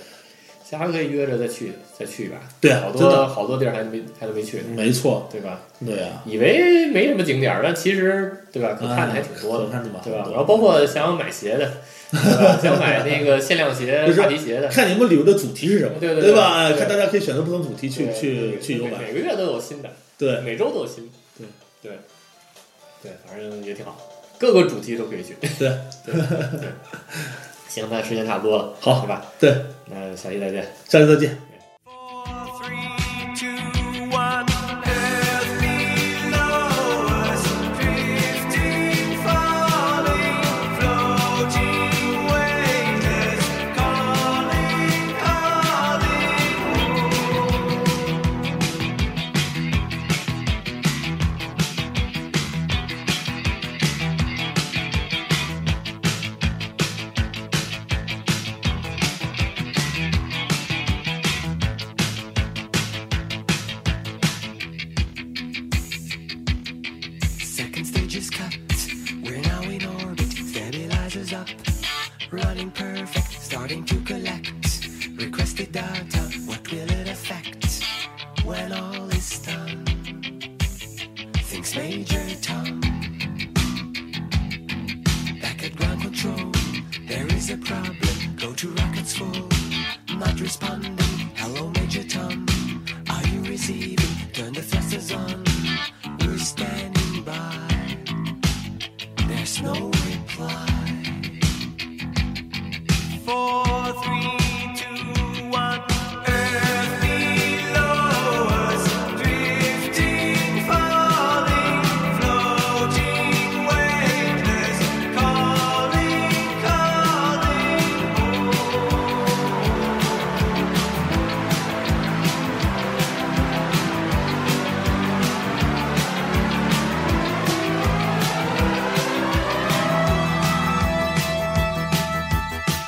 [SPEAKER 2] 下回可以约着再去再去吧。
[SPEAKER 3] 对啊
[SPEAKER 2] 好
[SPEAKER 3] 真
[SPEAKER 2] 多
[SPEAKER 3] 的
[SPEAKER 2] 好多地儿还没还都没去呢，
[SPEAKER 3] 没错，
[SPEAKER 2] 对吧？
[SPEAKER 3] 对啊，
[SPEAKER 2] 以为没什么景点儿，但其实对吧，可看的还挺多的，
[SPEAKER 3] 嗯可看的嘛
[SPEAKER 2] 对吧？
[SPEAKER 3] 对
[SPEAKER 2] 然后包括想要买鞋的，对吧？想买那个限量鞋、
[SPEAKER 3] (laughs) 就是
[SPEAKER 2] 大皮鞋的，
[SPEAKER 3] 看你们旅游的主题是什么，
[SPEAKER 2] 对对
[SPEAKER 3] 对
[SPEAKER 2] 对
[SPEAKER 3] 吧？哎
[SPEAKER 2] 对
[SPEAKER 3] 看大家可以选择不同主题去
[SPEAKER 2] 对
[SPEAKER 3] 去
[SPEAKER 2] 对
[SPEAKER 3] 去游
[SPEAKER 2] 每
[SPEAKER 3] 玩，
[SPEAKER 2] 每个月都有新的，
[SPEAKER 3] 对，
[SPEAKER 2] (laughs) 每周都有新的，
[SPEAKER 3] 对
[SPEAKER 2] 对对，反正也挺好，各个主题都可以去。
[SPEAKER 3] 对
[SPEAKER 2] 对对行，那时间差不多了，
[SPEAKER 3] 好
[SPEAKER 2] 是吧？
[SPEAKER 3] 对，
[SPEAKER 2] 那下期再见。
[SPEAKER 3] 下次再见。
[SPEAKER 1] Second stage is cut. We're now in orbit. Stabilizers up. Running perfect. Starting to collect. Requested data. What will it affect? When all is done. Things major Tom. Back at ground control. There is a problem. Go to rockets full. Not responding. Hello, Major Tom. Are you receiving? Turn the thrusters on. We're standing by. There's no reply. Four, three, two, one. Earth below us, drifting, falling, floating, weightless, calling, calling.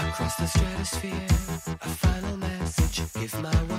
[SPEAKER 1] Across the stratosphere, a final message. Give my